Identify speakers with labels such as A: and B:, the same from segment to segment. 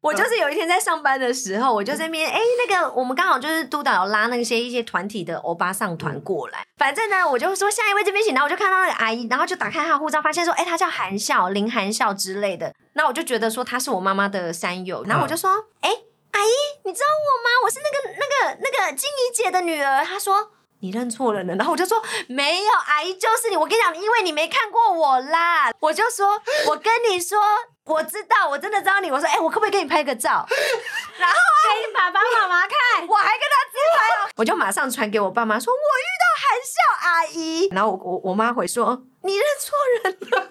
A: 我就是有一天在上班的时候，我就在那边哎、那个我们刚好就是督导有拉那些一些团体的欧巴上团过来，反正呢，我就说下一位这边请，然后我就看到那个阿姨，然后就打开她的护照，发现说，哎、她叫韩笑，林韩笑之类的，那我就觉得说她是我妈妈的山友，然后我就说，哎、阿姨，你知道我吗？我是那个那个那个静怡姐的女儿。她说你认错人了，然后我就说没有，阿姨就是你。我跟你讲，因为你没看过我啦，我就说我跟你说，我知道，我真的知道你。我说哎、我可不可以给你拍个照？然后啊，
B: 给爸爸妈妈看，
A: 我还跟她自拍哦，我就马上传给我爸妈说，我遇到含笑阿姨。然后我我我妈回说你认错人了。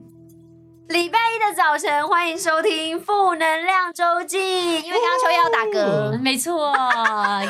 A: 礼拜一的早晨，欢迎收听《负能量周记》，因为刚刚秋叶要打嗝。
C: 没错，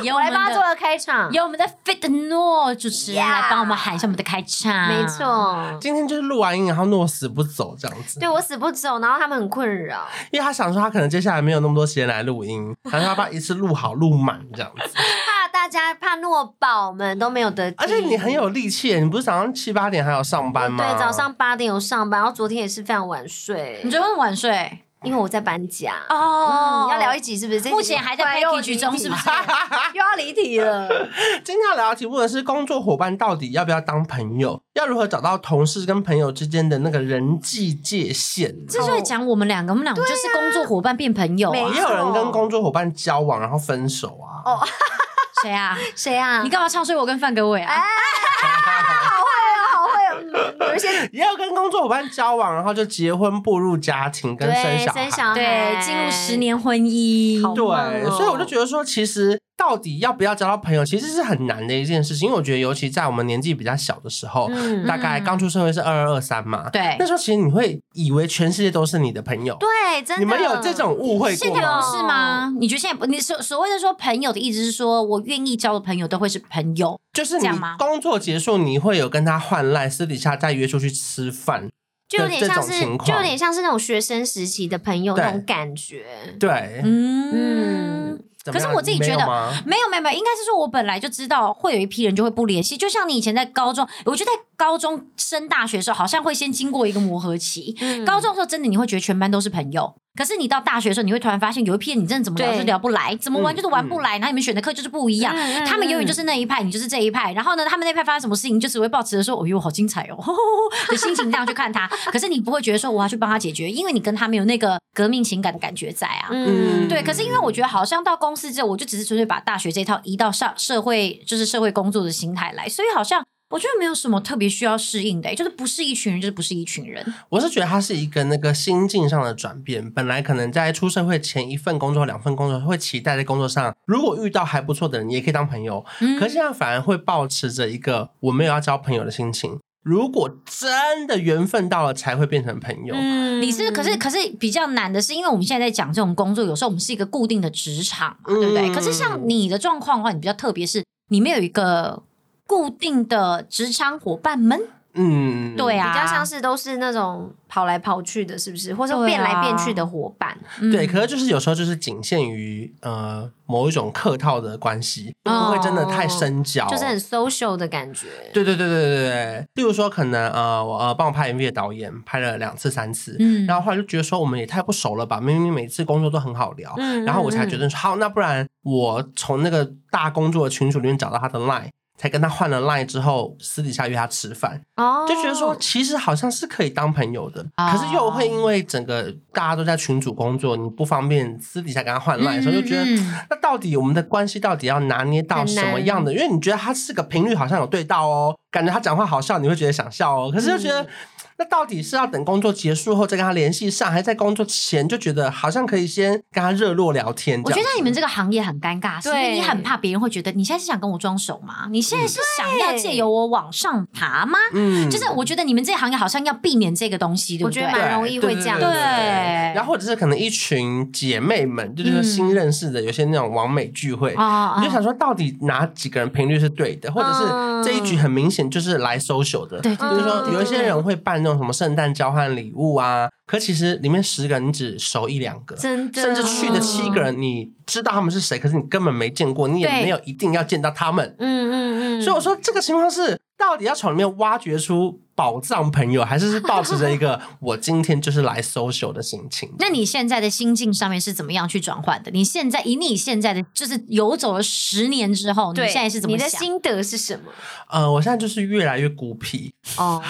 C: 有
A: 我
C: 我
A: 来
C: 们
A: 帮他做
C: 的
A: 个开场。
C: 哦有我们的 Fit 诺主持人
A: Yeah
C: 来帮我们喊一下我们的开场，
A: 没。错，
D: 今天就是录完音，然后诺死不走这样子，
A: 对我死不走，然后他们很困扰。
D: 因为他想说他可能接下来没有那么多时间来 录音，然后他把一次录好录满这样子。
A: 怕大家怕诺宝们都没有得听，
D: 而且你很有力气耶，你不是早上七八点还有上班吗？
A: 对早上八点有上班，然后昨天也是非常晚睡
C: 你，昨天晚睡
A: 因为我在搬家。
C: 哦
A: 嗯，要聊一集是不是？这集
C: 目前还在
A: 快又离
C: package 中，是不是？
A: 又要离题了？
D: 今天要聊的题目呢是工作伙伴到底要不要当朋友，要如何找到同事跟朋友之间的那个人际界限。啊
C: 这就在讲我们两个，我们两个就是工作伙伴变朋友
A: 没
C: 啊
D: 也。有人跟工作伙伴交往然后分手啊，
A: 哦
C: 谁啊？
A: 谁啊？
C: 你干嘛唱衰我跟范格伟
A: 哎
C: 啊？
A: 好会哦，好会哦，嗯有一些
D: 也有跟工作伙伴交往然后就结婚步入家庭跟生
A: 对
D: 小孩
A: 生。小孩，
C: 对，进入十年婚姻，
A: 好棒
D: 对，
A: 哦
D: 所以我就觉得说，其实到底要不要交到朋友，其实是很难的一件事情。因为我觉得，尤其在我们年纪比较小的时候，
A: 嗯
D: 大概刚出社会是二二二三嘛，
C: 对
D: 那时候其实你会以为全世界都是你的朋友，
A: 对，真的。
D: 你们有这种误会
C: 现
D: 过
C: 在哦
D: 吗？
C: 不是吗？你觉得现在不？你所所谓的说朋友的意思是说，我愿意交的朋友都会是朋友，
D: 就是
C: 这
D: 你
C: 样吗
D: 工作结束，你会有跟他换赖，私底下再约出去吃饭，
A: 就有点像
D: 这
A: 是
D: 种情，况
A: 就有点像是那种学生时期的朋友
D: 对
A: 那种感觉。
D: 对，
C: 嗯
A: 嗯，
D: 怎
C: 可
D: 么样
C: 是我自己觉得
D: 你没有吗
C: 没有没有没有，应该是说我本来就知道会有一批人就会不联系，就像你以前在高中，我觉得在高中升大学的时候，好像会先经过一个磨合期。
A: 嗯
C: 高中的时候真的你会觉得全班都是朋友，可是你到大学的时候，你会突然发现有一批人你真的怎么聊
A: 对
C: 就聊不来，怎么玩就是玩不来，然后你们选的课就是不一样。
A: 嗯嗯
C: 他们永远就是那一派，你就是这一派。然后呢，他们那派发生什么事情，你就只会抱持着说：“哦哟，好精彩哦！”的心情这样去看他。可是你不会觉得说我要去帮他解决，因为你跟他没有那个革命情感的感觉在啊。
A: 嗯，
D: 嗯
C: 对，可是因为我觉得好像到公司之后，我就只是纯粹把大学这一套移到上社会，就是社会工作的心态来，所以好像我觉得没有什么特别需要适应的、欸就是不是一群人就是不是一群人。
D: 我是觉得它是一个那个心境上的转变。本来可能在出社会前一份工作、两份工作会期待在工作上，如果遇到还不错的人，也可以当朋友。
C: 嗯
D: 可现在反而会保持着一个我没有要交朋友的心情。如果真的缘分到了，才会变成朋友。
A: 嗯
C: 你是可是可是比较难的是，因为我们现在在讲这种工作，有时候我们是一个固定的职场嘛，对不对？
D: 嗯
C: 可是像你的状况的话，你比较特别是，你没有一个固定的职场伙伴们，
D: 嗯，
C: 对啊，
A: 比较像是都是那种跑来跑去的，是不是？或者
C: 对啊
A: 变来变去的伙伴，
C: 嗯
D: 对。可是就是有时候就是仅限于呃某一种客套的关系，不会真的太深交，
A: 哦就是很 social 的感觉。
D: 对对对对对对，例如说可能呃，我呃帮我拍 MV 的导演拍了两次三次，
C: 嗯
D: 然后后来就觉得说我们也太不熟了吧，明明每次工作都很好聊，
A: 嗯
D: 然后我才决定说好，那不然我从那个大工作的群组里面找到他的 line。才跟他换了 line 之后，私底下约他吃饭，
A: 哦
D: 就觉得说其实好像是可以当朋友的，
C: 哦
D: 可是又会因为整个大家都在群组工作，你不方便私底下跟他换 line 的时候，就觉得
C: 嗯嗯
D: 那到底我们的关系到底要拿捏到什么样的？因为你觉得他是个频率好像有对到哦，感觉他讲话好笑，你会觉得想笑哦，可是就觉得。那到底是要等工作结束后再跟他联系上，还是在工作前就觉得好像可以先跟他热络聊天？
C: 我觉得你们这
D: 个
C: 个行业很尴尬，是因
E: 对
C: 为你很怕别人会觉得你现在是想跟我装熟吗？你现在是想要借由我往上爬吗？
D: 嗯
C: 就是我觉得你们这个行业好像要避免这个东西，对
E: 我
C: 不
E: 觉得
C: 对？
D: 对
E: 蛮容易会这样
D: 对
C: 对
D: 然后或者是可能一群姐妹们，就是说新认识的，有些那种完美聚会。
C: 啊
D: 你就想说，到底哪几个人频率是对的，或者是
A: 嗯
D: 这一局很明显就是来 social 的，
C: 对对
D: 就是
C: 哦对
D: 说
A: 嗯
D: 有一些人会办那种什么圣诞交换礼物啊，可其实里面十个人你只熟一两个，
C: 啊
A: 真的，
D: 甚至去的七个人你知道他们是谁，可是你根本没见过，你也
E: 对
D: 没有一定要见到他们。
A: 嗯，嗯嗯嗯，
D: 所以我说这个情况是到底要从里面挖掘出宝藏朋友，还是是保持着一个我今天就是来 social 的心情？
C: 那你现在的心境上面是怎么样去转换的？你现在以你现在的就是游走了十年之后，你
E: 对
C: 现在是怎么
A: 你的
C: 想？
A: 心得是什么？
D: 呃，我现在就是越来越孤僻。
A: 哦，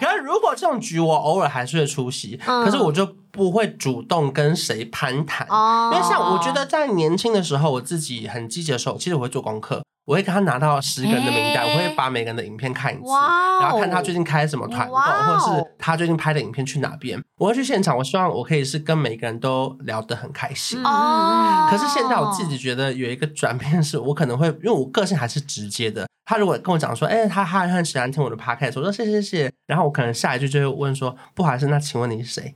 D: 可是如果这种局我偶尔还是会出席，
A: 嗯
D: 可是我就不会主动跟谁攀谈。
A: 哦
D: 因为像我觉得在年轻的时候，我自己很积极的时候，其实我会做功课，我会跟他拿到十个人的名单，
C: 欸
D: 我会把每个人的影片看一次，
A: 哇哦
D: 然后看他最近开什么团购，
A: 哇哦
D: 或者是他最近拍的影片去哪边。我会去现场，我希望我可以是跟每个人都聊得很开心。
A: 哦，
D: 可是现在我自己觉得有一个转变，是我可能会因为我个性还是直接的。他如果跟我讲说，哎、他他很喜欢听我的 podcast，我说谢谢谢谢，然后我可能下一句就会问说，不好意思，那请问你是谁？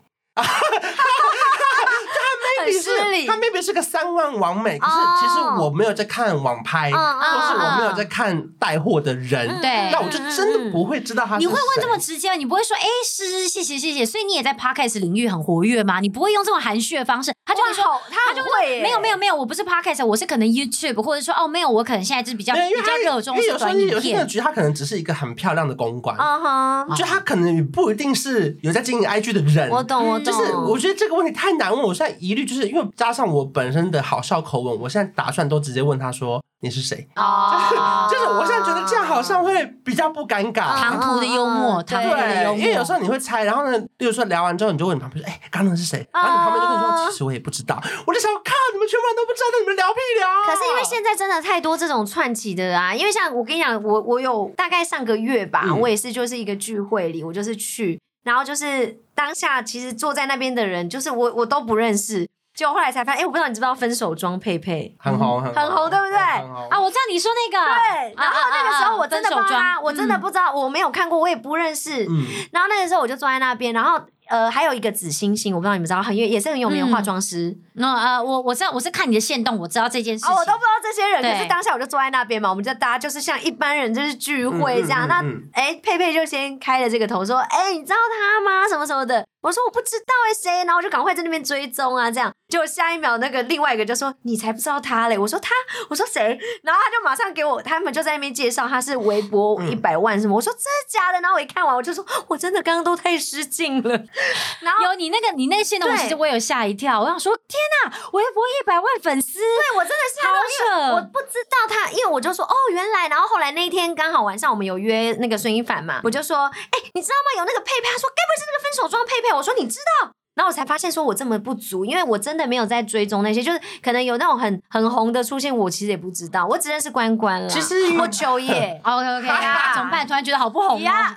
A: 很失礼，
D: 他 maybe 是个三万网美，可是
A: 哦
D: 其实我没有在看网拍，或
A: 嗯
D: 是我没有
A: 嗯
D: 在看带货的人，
C: 对
D: 那我就真的不会知道他是
A: 嗯
C: 你会问
D: 谁
C: 这么直接吗？你不会说，哎、是是，谢谢谢谢。所以你也在 podcast 领域很活跃吗？你不会用这种含蓄的方式，他就会说，
A: 哇好他
C: 他
A: 很
C: 就
A: 会
C: 会
A: 耶
C: 说，没有没有没有，我不是 podcast，我是可能 YouTube，或者说哦没有，我可能现在就是比较
D: 对，因为
C: 比较
D: 他
C: 热衷
D: 因为
C: 是
D: 有时候
C: 短影
D: 有些
C: 片。哦
D: 局他可能只是一个很漂亮的公关，
A: 嗯哼，
D: 就他可能不一定是有在经营 IG 的人，
A: 我懂我懂，
D: 就是我觉得这个问题太难问，我现在疑虑就是因为加上我本身的好笑口吻，我现在打算都直接问他说你是谁，
A: 哦
D: 就是我现在觉得这样好像会比较不尴尬。
C: 唐突的幽默，
A: 嗯
C: 唐突的幽
D: 哦对，
C: 默，
D: 因为有时候你会猜，然后呢，例如说聊完之后，你就问你旁边说：“哎、刚刚那是谁？”然后你旁边就跟你说：“
A: 啊
D: 其实我也不知道。”我就想，靠，你们全部人都不知道，那你们聊屁聊？
A: 可是因为现在真的太多这种串起的啊，因为像我跟你讲，我我有大概上个月吧，
D: 嗯
A: 我也是就是一个聚会里，我就是去，然后就是当下其实坐在那边的人，就是我我都不认识，结果后来才发现，哎、我不知道你知不知道分手装佩佩。
D: 很红，很
A: 嗯很红对不对
D: 很红
C: 啊，我知道你说那个，
A: 对，然后那个时候我真的不知道
C: 啊啊啊
A: 他，
C: 分手装
A: 我真的不知道，我没有看过，我也不认识。
D: 嗯，
A: 然后那个时候我就坐在那边，然后呃，还有一个紫星星，我不知道你们知道，很有也是很有名的
C: 嗯
A: 化妆师。
C: 那呃，我我知道我是看你的线动，我知道这件事
D: 哦
C: 情。
A: 啊、我都不知道这些人，
C: 对
A: 可是当下我就坐在那边嘛，我们就大家就是像一般人就是聚会这样。
D: 嗯嗯嗯嗯
A: 那哎、佩佩就先开了这个头说：“哎、你知道他吗？什么什么的。”我说：“我不知道哎、谁？”然后我就赶快在那边追踪啊，这样。结果下一秒那个另外一个就说：“你才不知道他嘞！”我说：“他？”我说：“谁？”然后他就马上给我，他们就在那边介绍他是微博
D: 嗯
A: 一百万什么。我说：“真的假的？”然后我一看完，我就说：“我真的刚刚都太失敬了。” 然后
C: 有你那个你那个线动，
A: 对
C: 其实我有吓一跳，我想说天哪，微博一百万粉 丝，
A: 对我真的吓到，因为
C: 好扯，
A: 我不知道他，因为我就说哦，原来，然后后来那一天刚好晚上我们有约那个孙一凡嘛，我就说，哎、你知道吗？有那个佩佩，他说该不会是那个分手装佩佩？我说你知道。然后我才发现，说我这么不足，因为我真的没有在追踪那些，就是可能有那种很很红的出现，我其实也不知道，我只认识关关了。
D: 其实
A: 我秋叶
C: OK OK，
A: 呀
C: 啊怎么办？突然觉得好不红啊
A: 呀
C: 呀！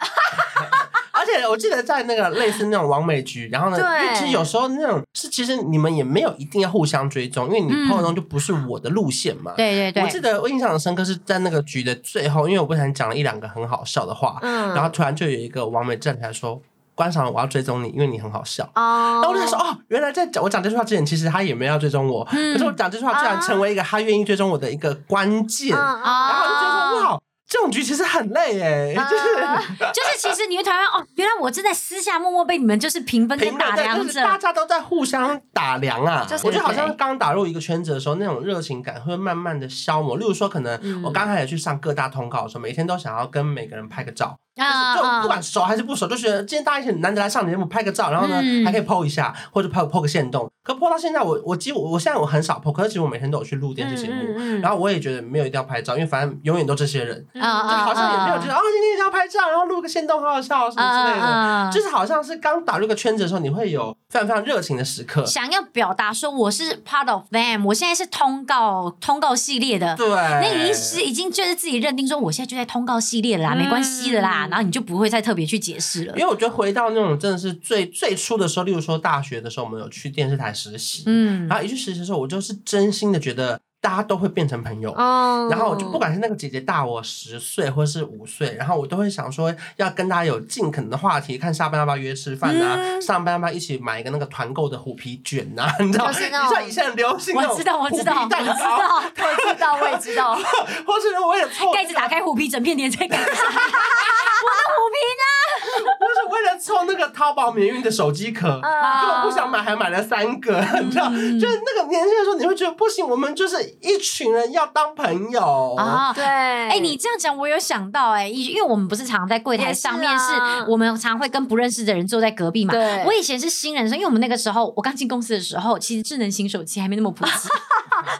D: 而且我记得在那个类似那种完美局，然后呢，
A: 对
D: 因为其实有时候那种是其实你们也没有一定要互相追踪，因为你
C: 嗯
D: PO 的东西就不是我的路线嘛。
C: 对对
D: 我记
C: 对，
D: 得我印象很深刻是在那个局的最后，因为我不小心讲了一两个很好笑的话，
A: 嗯
D: 然后突然就有一个完美站起来说：“观赏，我要追踪你，因为你很好笑。”
A: 哦
D: 然后我就想说，哦，原来在讲我讲这句话之前，其实他也没有要追踪我，
C: 嗯
D: 可是我讲这句话居然成为一个他愿意追踪我的一个关键，
A: 嗯
C: 哦
D: 然后我就觉得说，哇，这种局其实很累耶，哦
A: 嗯
D: 就是。
C: 就是其实你会突然哦，原来我正在私下默默被你们就是评分跟
D: 评
C: 打
D: 论
C: 量
D: 就是大
C: 着。
D: 家都在互相打量啊。
A: 就是
D: 我觉得好像刚打入一个圈子的时候，那种热情感会慢慢的消磨。例如说，可能我刚开始去上各大通告的时候，每天都想要跟每个人拍个照，
C: 嗯
D: 就是就不管熟还是不熟，就觉得今天大家一起难得来上节目拍个照，然后呢、
C: 嗯
D: 还可以 PO 一下，或者 PO PO 个线动。可 PO 到现在，我我几乎我现在我很少 PO，可是其实我每天都有去录电视节目。
A: 嗯
D: 然后我也觉得没有一定要拍照，因为反正永远都这些人，
C: 嗯嗯
D: 就好像也没有觉得啊，今天一定要拍照，然后录个线动，好好笑什么之类的。
C: 嗯
D: 就是好像是刚打入个圈子的时候，你会有非常非常热情的时刻。
C: 想要表达说我是 part of them，我现在是通告通告系列的。
D: 对，
C: 那你一时已经就是自己认定说我现在就在通告系列了啦，没关系的啦，然后你就不会再特别去解释了
D: 因。为我觉得回到那种真的是最最初的时候，例如说大学的时候，我们有去电视台实习，
C: 嗯
D: 然后一去实习的时候，我就是真心的觉得大家都会变成朋友。
A: 哦
D: 然后我就不管是那个姐姐大我十岁或是五岁，然后我都会想说要跟大家有尽可能的话题，看下班要不要约吃饭啊，
C: 嗯
D: 上班要不要一起买一个那个团购的虎皮卷啊，你知道，
A: 就是那种
D: 像以前很流行那
C: 我
D: 种
C: 知道，我
D: 虎
C: 知
D: 皮
C: 道，我
D: 蛋
C: 知道，
D: 糕，
A: 我知道，我也知 道，
D: 或是我也凑
C: 盖子打开，虎皮整片粘在盖子上。我的虎
D: 我是为了凑那个淘宝免运的手机壳，
A: 嗯
C: 啊
D: 根本不想买，还买了三个，你知道？
C: 嗯
D: 就是那个年轻的时候，你会觉得不行，我们就是一群人要当朋友
C: 皮呢？啊
A: 对，
C: 哎、
A: 哎
C: 你这样讲，我有想到哎、因因为我们不是常在柜台上面，
A: 也
C: 是
A: 是啊
C: 我们常会跟不认识的人坐在隔壁嘛。
A: 对
C: 我以前是新人，所以因为我们那个时候，我刚进公司的时候，其实智能型手机还没那么普及。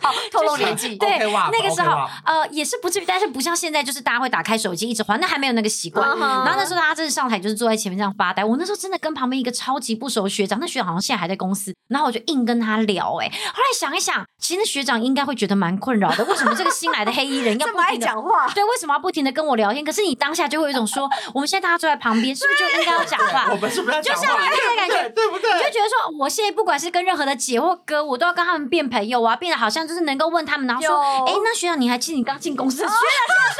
A: 好哦透露年纪，
C: 对
D: OK 哇
C: 那个时候
D: OK 哇
C: 呃也是不至于，但是不像现在，就是大家会打开手机一直滑，那还没有那个习惯。
A: 嗯哼
C: 然后那时候大家真的上台就是坐在前面这样发呆。我那时候真的跟旁边一个超级不熟的学长，那学长好像现在还在公司，然后我就硬跟他聊、哎，后来想一想，其实那学长应该会觉得蛮困扰的，为什么这个新来的黑衣人要
A: 这
C: 不
A: 么爱
C: 停的
A: 讲话，
C: 对，为什么要不停的跟我聊天？可是你当下就会有一种说，我们现在大家坐在旁边，是不是就应该要讲话？
D: 我们是不是要讲话？
C: 就像你那个
D: 对
C: 感
D: 不
C: 觉
D: 对？对不对？
C: 你就觉得说，哦我现在不管是跟任何的姐或哥，我都要跟他们变朋友啊，变得好像就是能够问他们，然后说，
A: 有
C: 哎、那学长你还记得你刚进公司的事？学长就说，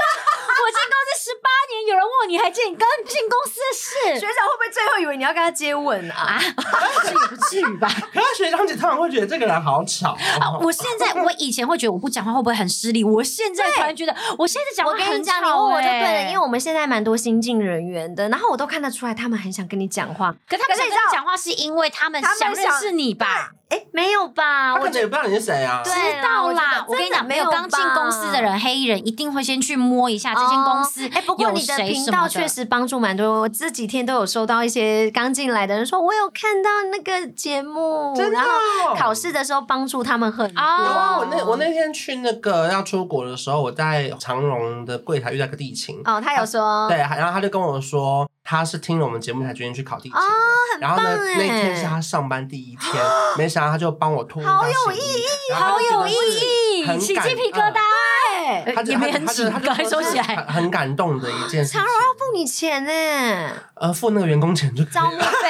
C: 我进公司十八年，有人问我你还记得你刚进公司的
A: 学
C: 事？
A: 长会不会最后以为你要跟他接吻啊？
C: 至于不至于吧？
D: 可是学长姐通常会觉得这个人好吵
C: 啊，我现在我以前会觉得我不讲话会不会很失礼？我现在突然觉得，我现在讲话
A: 我跟你
C: 很
A: 讲，你问
C: 吵
A: 我就
C: 欸
A: 对了，因为我们现在蛮多新进人员的，然后我都看得出来他们很想跟你讲话。
C: 可他
A: 可
C: 们
A: 是
C: 想
A: 你
C: 跟
A: 知道
C: 你讲话是因为他们
A: 他们
C: 想认
A: 想
C: 识你吧？
A: 哎，没有吧？
D: 他
A: 我
D: 可能也不知道你是谁啊。
A: 对
C: 知
A: 啊
C: 道
A: 我觉
C: 啦
A: 得，
C: 我跟你
A: 真的
C: 讲，没
A: 没
C: 有
A: 有
C: 刚进
A: 吧
C: 公司的人，黑衣人一定会先去摸一下这间公司
A: 哦哎、不过
C: 有
A: 你的
C: 谁
A: 频
C: 什么
A: 道
C: 的
A: 确实帮助蛮多。我这几天都有收到一些刚进来的人说，我有看到那个节目，
D: 真的
A: 然
D: 哦
A: 后考试的时候帮助他们很多。
D: 有
C: 啊
D: 啊，我
A: 哦
D: 那我那天去那个要出国的时候，我在长荣的柜台遇到一个地勤，
A: 哦，他有说，
D: 对，然后他就跟我说，他是听了我们节目才决定去考地勤的。
A: 哦
D: 然后呢，
A: 棒
D: 那天
A: 哎
D: 是他上班第一天， 没想到他就帮我拖
A: 好有
D: 意义，然后
C: 好
D: 他就觉
C: 有
D: 得
C: 意
D: 是
C: 义，
D: 很
C: 起
D: 感
C: 鸡皮疙瘩，
A: 哎
D: 他
C: 呃
D: 就
C: 也
D: 他
C: 没很
D: 他
C: 起，
D: 就他就
C: 赶快收
D: 说是
C: 起来。
D: 很很感动的一件事情
A: 长。荣要付你钱呢、
D: 呃，付那个员工钱就可以
A: 招募
D: 了。
A: 费。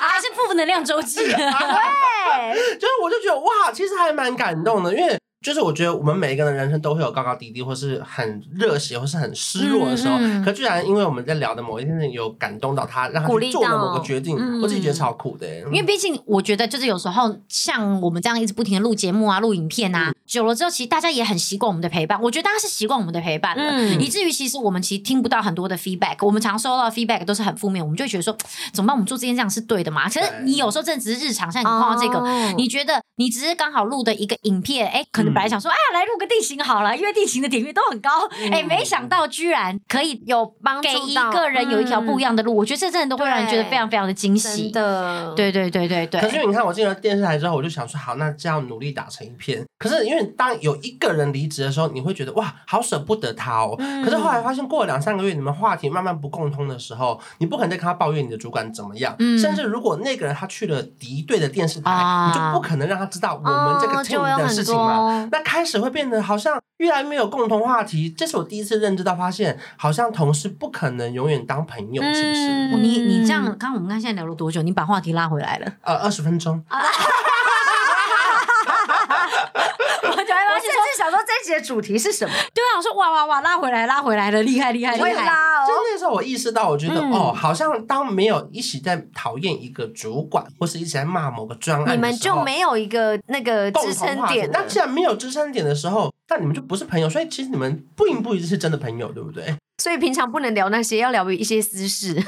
C: 还是负能量周记，
A: 对，
D: 就是我就觉得哇，其实还蛮感动的，因为就是我觉得我们每一个人的人生都会有高高低低，或是很热血，或是很失落的时候。
C: 嗯嗯
D: 可居然因为我们在聊的某一件事情有感动到他，让他
A: 鼓
D: 去
A: 励
D: 做了
A: 到
D: 某个决定，
C: 嗯
D: 我自己觉得超酷的、欸。
C: 因为毕竟我觉得就是有时候像我们这样一直不停的录节目啊、录影片啊，久了之后，其实大家也很习惯我们的陪伴。我觉得大家是习惯我们的陪伴的，
A: 嗯
C: 以至于其实我们其实听不到很多的 feedback，我们常收到的 feedback 都是很负面，我们就会觉得说怎么办？我们做这件这样是对的吗？可是
D: 对
C: 你有时候真的只是日常，像你碰到这个，
A: 哦
C: 你觉得你只是刚好录的一个影片，哎，可能本来想说，哎呀，来录个地形好了，因为地形的点阅都很高，哎，没想到居然可以有
A: 帮助
C: 给一
A: 到
C: 个人有一条不一样的路，我觉得这真的都会让人觉得非常非常嗯的惊喜
A: 真。的，
C: 对对对对对。
D: 可是因为你看，我进了电视台之后，我就想说，好，那这样努力打成一片。可是因为当有一个人离职的时候，你会觉得哇，好舍不得他哦。
A: 嗯
D: 可是后来发现，过了两三个月，你们话题慢慢不共通的时候，你不可能再跟他抱怨你的主管怎么样。
C: 嗯
D: 甚至如果那个人他去了敌对的电视台，
C: 啊
D: 你就不可能让他知道我们这个
A: 哦就
D: team
A: 有
D: 的
A: 很
D: 事情
A: 多
D: 嘛。那开始会变得好像越来越没有共同话题，这是我第一次认知到，发现好像同事不可能永远当朋友，是不是？
A: 嗯
C: 哦你你这样，刚刚我们看现在聊了多久？你把话题拉回来了，
D: 呃，二十分钟。
C: 我就
A: 我甚至想说这一集的主题是 什么？
C: 对啊，我说哇哇哇，拉回来拉回来了，厉害厉害厉
A: 我也
C: 害！
A: 拉
D: 就
A: 哦。
D: 那时候我意识到，我觉得、
A: 嗯
D: 哦，好像当没有一起在讨厌一个主管，或是一起在骂某个专案的
A: 你
D: 时候，
A: 们就没有一个那个
D: 共
A: 支
D: 同
A: 撑
D: 话题
A: 点
D: 那
A: 了，
D: 既然没有支撑点的时候，那你们就不是朋友，所以其实你们不一定不一定是真的朋友，对不对？
A: 所以平常不能聊那些，要聊一些私 事。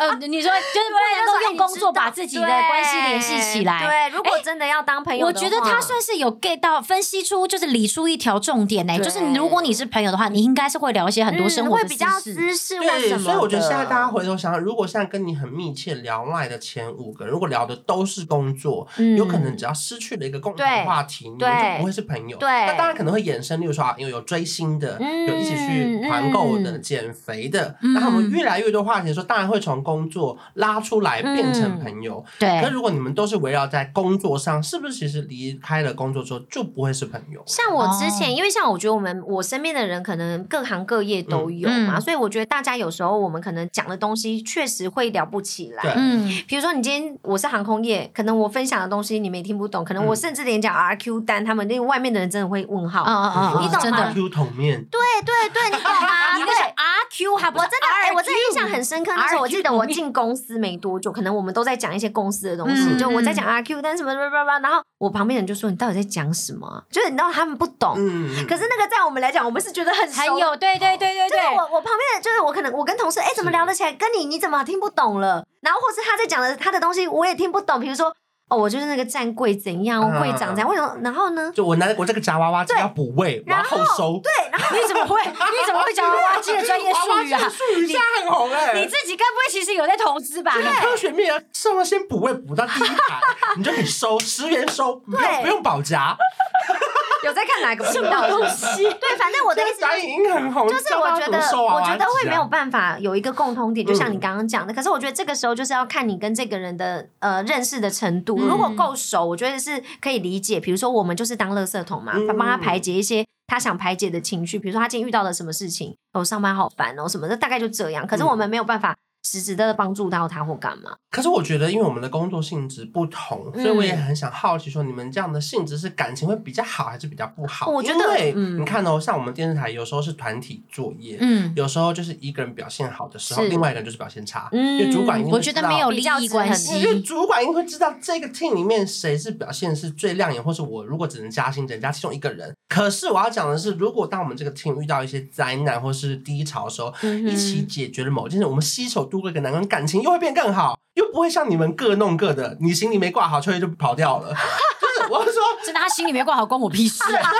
C: 呃，你说 就是不 能够啊用工作把自己的关系联系起来。
A: 对，如果真的要当朋友
C: 我
A: 的话，
C: 觉得他算是有 get 到分析出，就是理出一条重点呢、
A: 对
C: 就是你如果你是朋友的话，你应该是会聊一些很多生活
A: 嗯
C: 的
A: 会比
C: 私
A: 较
C: 事。
A: 私事或什
D: 对，
A: 么。
D: 所以我觉得现在大家回头想想，如果现在跟你很密切聊赖的前五个，如果聊的都是工作，
A: 嗯
D: 有可能只要失去了一个共同
A: 对
D: 话题，你们
A: 对
D: 就不会是朋友。
A: 对
D: 那当然可能会衍生，例如说啊，因为有追星的，
A: 嗯
D: 有一起去团购的、
A: 嗯
D: 减肥的，
C: 嗯
D: 那他们越来越多话题的时候，当然会从工作拉出来变成朋友。可
C: 嗯对
D: 是，如果你们都是围绕在工作上，是不是其实离开了工作之后就不会是朋友？
A: 像我之前，因为像我觉得我们我身边的人可能各行各业都有嘛，
C: 嗯
A: 所以我觉得大家有时候我们可能讲的东西确实会聊不起来
D: 对。
C: 嗯，
A: 比如说，你今天我是航空业，可能我分享的东西你们也听不懂，可能我
D: 嗯
A: 甚至连讲 RQ 单，他们那个外面的人真的会问号。
C: 哦哦哦，
A: 你懂吗
C: 真的，
D: Q 桶面，
A: 对对对， 你懂吗？
C: 你
A: 对
C: 那。是 R Q 还不
A: 我
C: 是
A: 真的，哎、
C: RQ
A: 我真的印象很深刻。那时候我
C: RQ
A: 记得我进公司没多久，可能我们都在讲一些公司的东西，
C: 嗯
A: 就我在讲 RQ 单什么什么什么，然后我旁边人就说：“你到底在讲什么啊？”就是你知道他们不懂，
D: 嗯，
A: 可是那个在我们来讲，我们是觉得很熟
C: 很。有，对对对对
A: 就是
C: 对，
A: 我我旁边的，就是我可能我跟同事，哎、怎么聊得起来？跟你你怎么听不懂了？然后或是他在讲的他的东西，我也听不懂。比如说，哦，我就是那个站柜怎样，
D: 嗯
A: 柜长怎样，为什么？然后呢？
D: 就我拿我这个夹娃娃机
A: 对
D: 要补位，我要
A: 然后
D: 后收。
A: 对，然后
C: 你怎么会你怎么会讲娃娃机的专 业术语
D: 娃娃
C: 啊
D: 机？术语现在很红哎，
C: 你自己该不会其实有在投资吧？
D: 科学面啊，上面先补位补到第一排，你就可以收十元收，不用
A: 对
D: 不用保夹。
A: 有在看哪个频道？东西？对，反正我的意思
D: 打
A: 就是
D: 影音很红，
A: 就是我觉
D: 教大家怎
A: 得
D: 么，收娃
A: 我
D: 娃
A: 觉得会
D: 机啊
A: 没有办法有一个共通点，就像你刚刚讲的。可是我觉得这个时候就是要看你跟这个人的呃认识的程度，
C: 嗯
A: 如果够熟，我觉得是可以理解。比如说我们就是当垃圾桶嘛，
D: 嗯
A: 帮他排解一些他想排解的情绪，比如说他今天遇到了什么事情，哦，上班好烦哦什么的，大概就这样。可是我们没有办法实质的帮助到他或干嘛。
D: 可是我觉得，因为我们的工作性质不同，
A: 嗯
D: 所以我也很想好奇说，你们这样的性质是感情会比较好，还是比较不好？
A: 我觉得
D: 因为
A: 嗯
D: 你看哦，像我们电视台有时候是团体作业，
C: 嗯，
D: 有时候就是一个人表现好的时候，
A: 是
D: 另外一个人就是表现差，
A: 嗯
D: 因为主管一定
C: 我
D: 会
C: 觉
D: 知
C: 得
D: 道
C: 没有利
A: 比较
C: 益
A: 是
C: 关
A: 很
D: 因为
C: 系，
D: 主管一定会知道这个 team 里面谁是表现是最亮眼，或是我如果只能加薪，只能加其中一个人。可是我要讲的是，如果当我们这个 team 遇到一些灾难或是低潮的时
A: 嗯
D: 候，一起解决了某件事，我们携手度过一个难关，感情又会变更好，又不会像你们各弄各的，你行李没挂好，秋叶就跑掉 了。就是我是说，
C: 真的，他心里没挂好，关我屁事啊！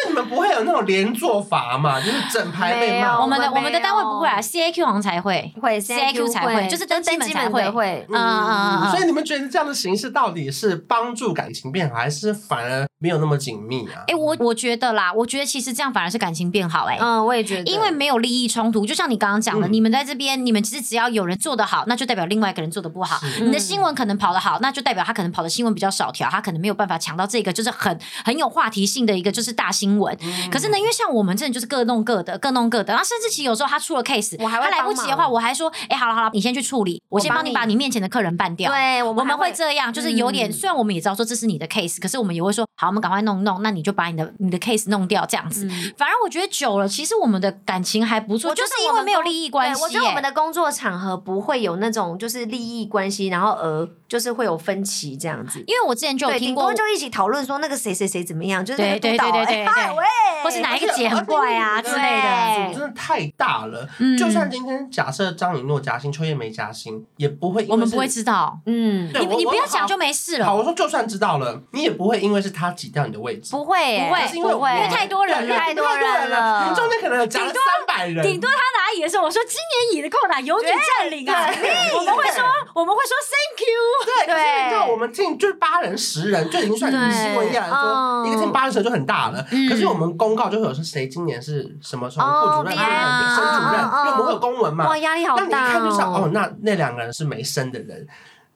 D: 就你们不会有那种连坐法嘛，就是整排被
A: 没有
D: 骂
C: 我。们的
A: 我
C: 我
A: 们
C: 们的
A: 没
C: 单位
A: 有
C: 不会啊，CAQ 好像才会。
A: 会
C: CIQ 才会就是登
A: 登
C: 机门
A: 机
C: 才
A: 门
C: 会
A: 的会。
C: 嗯嗯嗯
D: 所以
C: 嗯。
D: 你们觉得这样的形式到底是帮助感情变好，还是反而没有那么紧密啊？
C: 哎，我我觉得啦，我觉得其实这样反而是感情变好哎。
A: 嗯，我也觉得，
C: 因为没有利益冲突，就像你刚刚讲的，
D: 嗯
C: 你们在这边，你们其实只要有人做得好，那就代表另外一个人做得不好。
D: 是
C: 你的新闻可能跑得好，那就代表他可能跑的新闻比较少条，他可能没有办法抢到这个就是很很有话题性的一个就是大新闻。
A: 嗯
C: 可是呢，因为像我们这的就是各弄各的，各弄各的，然后甚至其实有时候他出了 case，
A: 我还会
C: 他来不及的
A: 帮
C: 话，
A: 忙
C: 我还说，哎、好了好了，你先去处理，我先帮
A: 帮
C: 你
A: 你
C: 把你面前的客人办掉。
A: 对我
C: 我
A: 们还
C: 们会这样，就是有点，
A: 嗯
C: 虽然我们也知道说这是你的 case，可是我们也会说，好，我们赶快弄一弄，那你就把你的你的 case 弄掉，这样子。
A: 嗯
C: 反而我觉得久了，其实我们的感情还不错，
A: 我觉
C: 就
A: 得
C: 是因为没有利益关系、
A: 对，我觉得我们的工作场合不会有那种就是利益关系，然后呃，就是会有分歧这样子。
C: 因为我之前就有
A: 对，
C: 听
A: 顶
C: 过
A: 多，就一起讨论说那个谁谁谁怎么样，就是那个
C: 对
A: 督导
C: 对对
A: 哎
C: 对对对
A: 嗨喂，
C: 或是哪一个姐很怪啊
D: 而
C: 之
D: 且
C: 类的。
D: 组真的太大了，
C: 嗯
D: 就算今天假设张雨诺加薪，秋叶没加薪，也不会因为
C: 我们不
D: 是
C: 会知道，
A: 嗯，
D: 对
C: 你
D: 我
C: 你
D: 我
C: 不要讲就没事了，
D: 好。我说就算知道了，你也不会因为是他挤掉你的位置，
A: 不会耶，
C: 不会
D: 是因为
A: 不会，
C: 因为太多人了
D: 对
A: 太多人了
D: 你们中间可能有夹了三百人，
C: 顶多他拿椅的时候，我说今年椅的扣打由你占领啊，我们会说我们会说 thank you，
D: 对，可是你知道
A: 对
D: 我们 team 就是八人、十人，就已经算
A: 对
D: 与新闻一样来说，
A: 嗯
D: 一个 team 八人、十人就很大了。
C: 哦嗯
D: 可是我们公告就会有说谁今年是什么什么副主
A: 哦
C: 啊
D: 任、他是什么升主
C: 哦
D: 任，
A: 嗯嗯
D: 因为我们会有公文嘛
A: 哇，。压力好
D: 那你一
A: 大
D: 看就知道哦
A: 哦，。
D: 那那两个人是没升的人，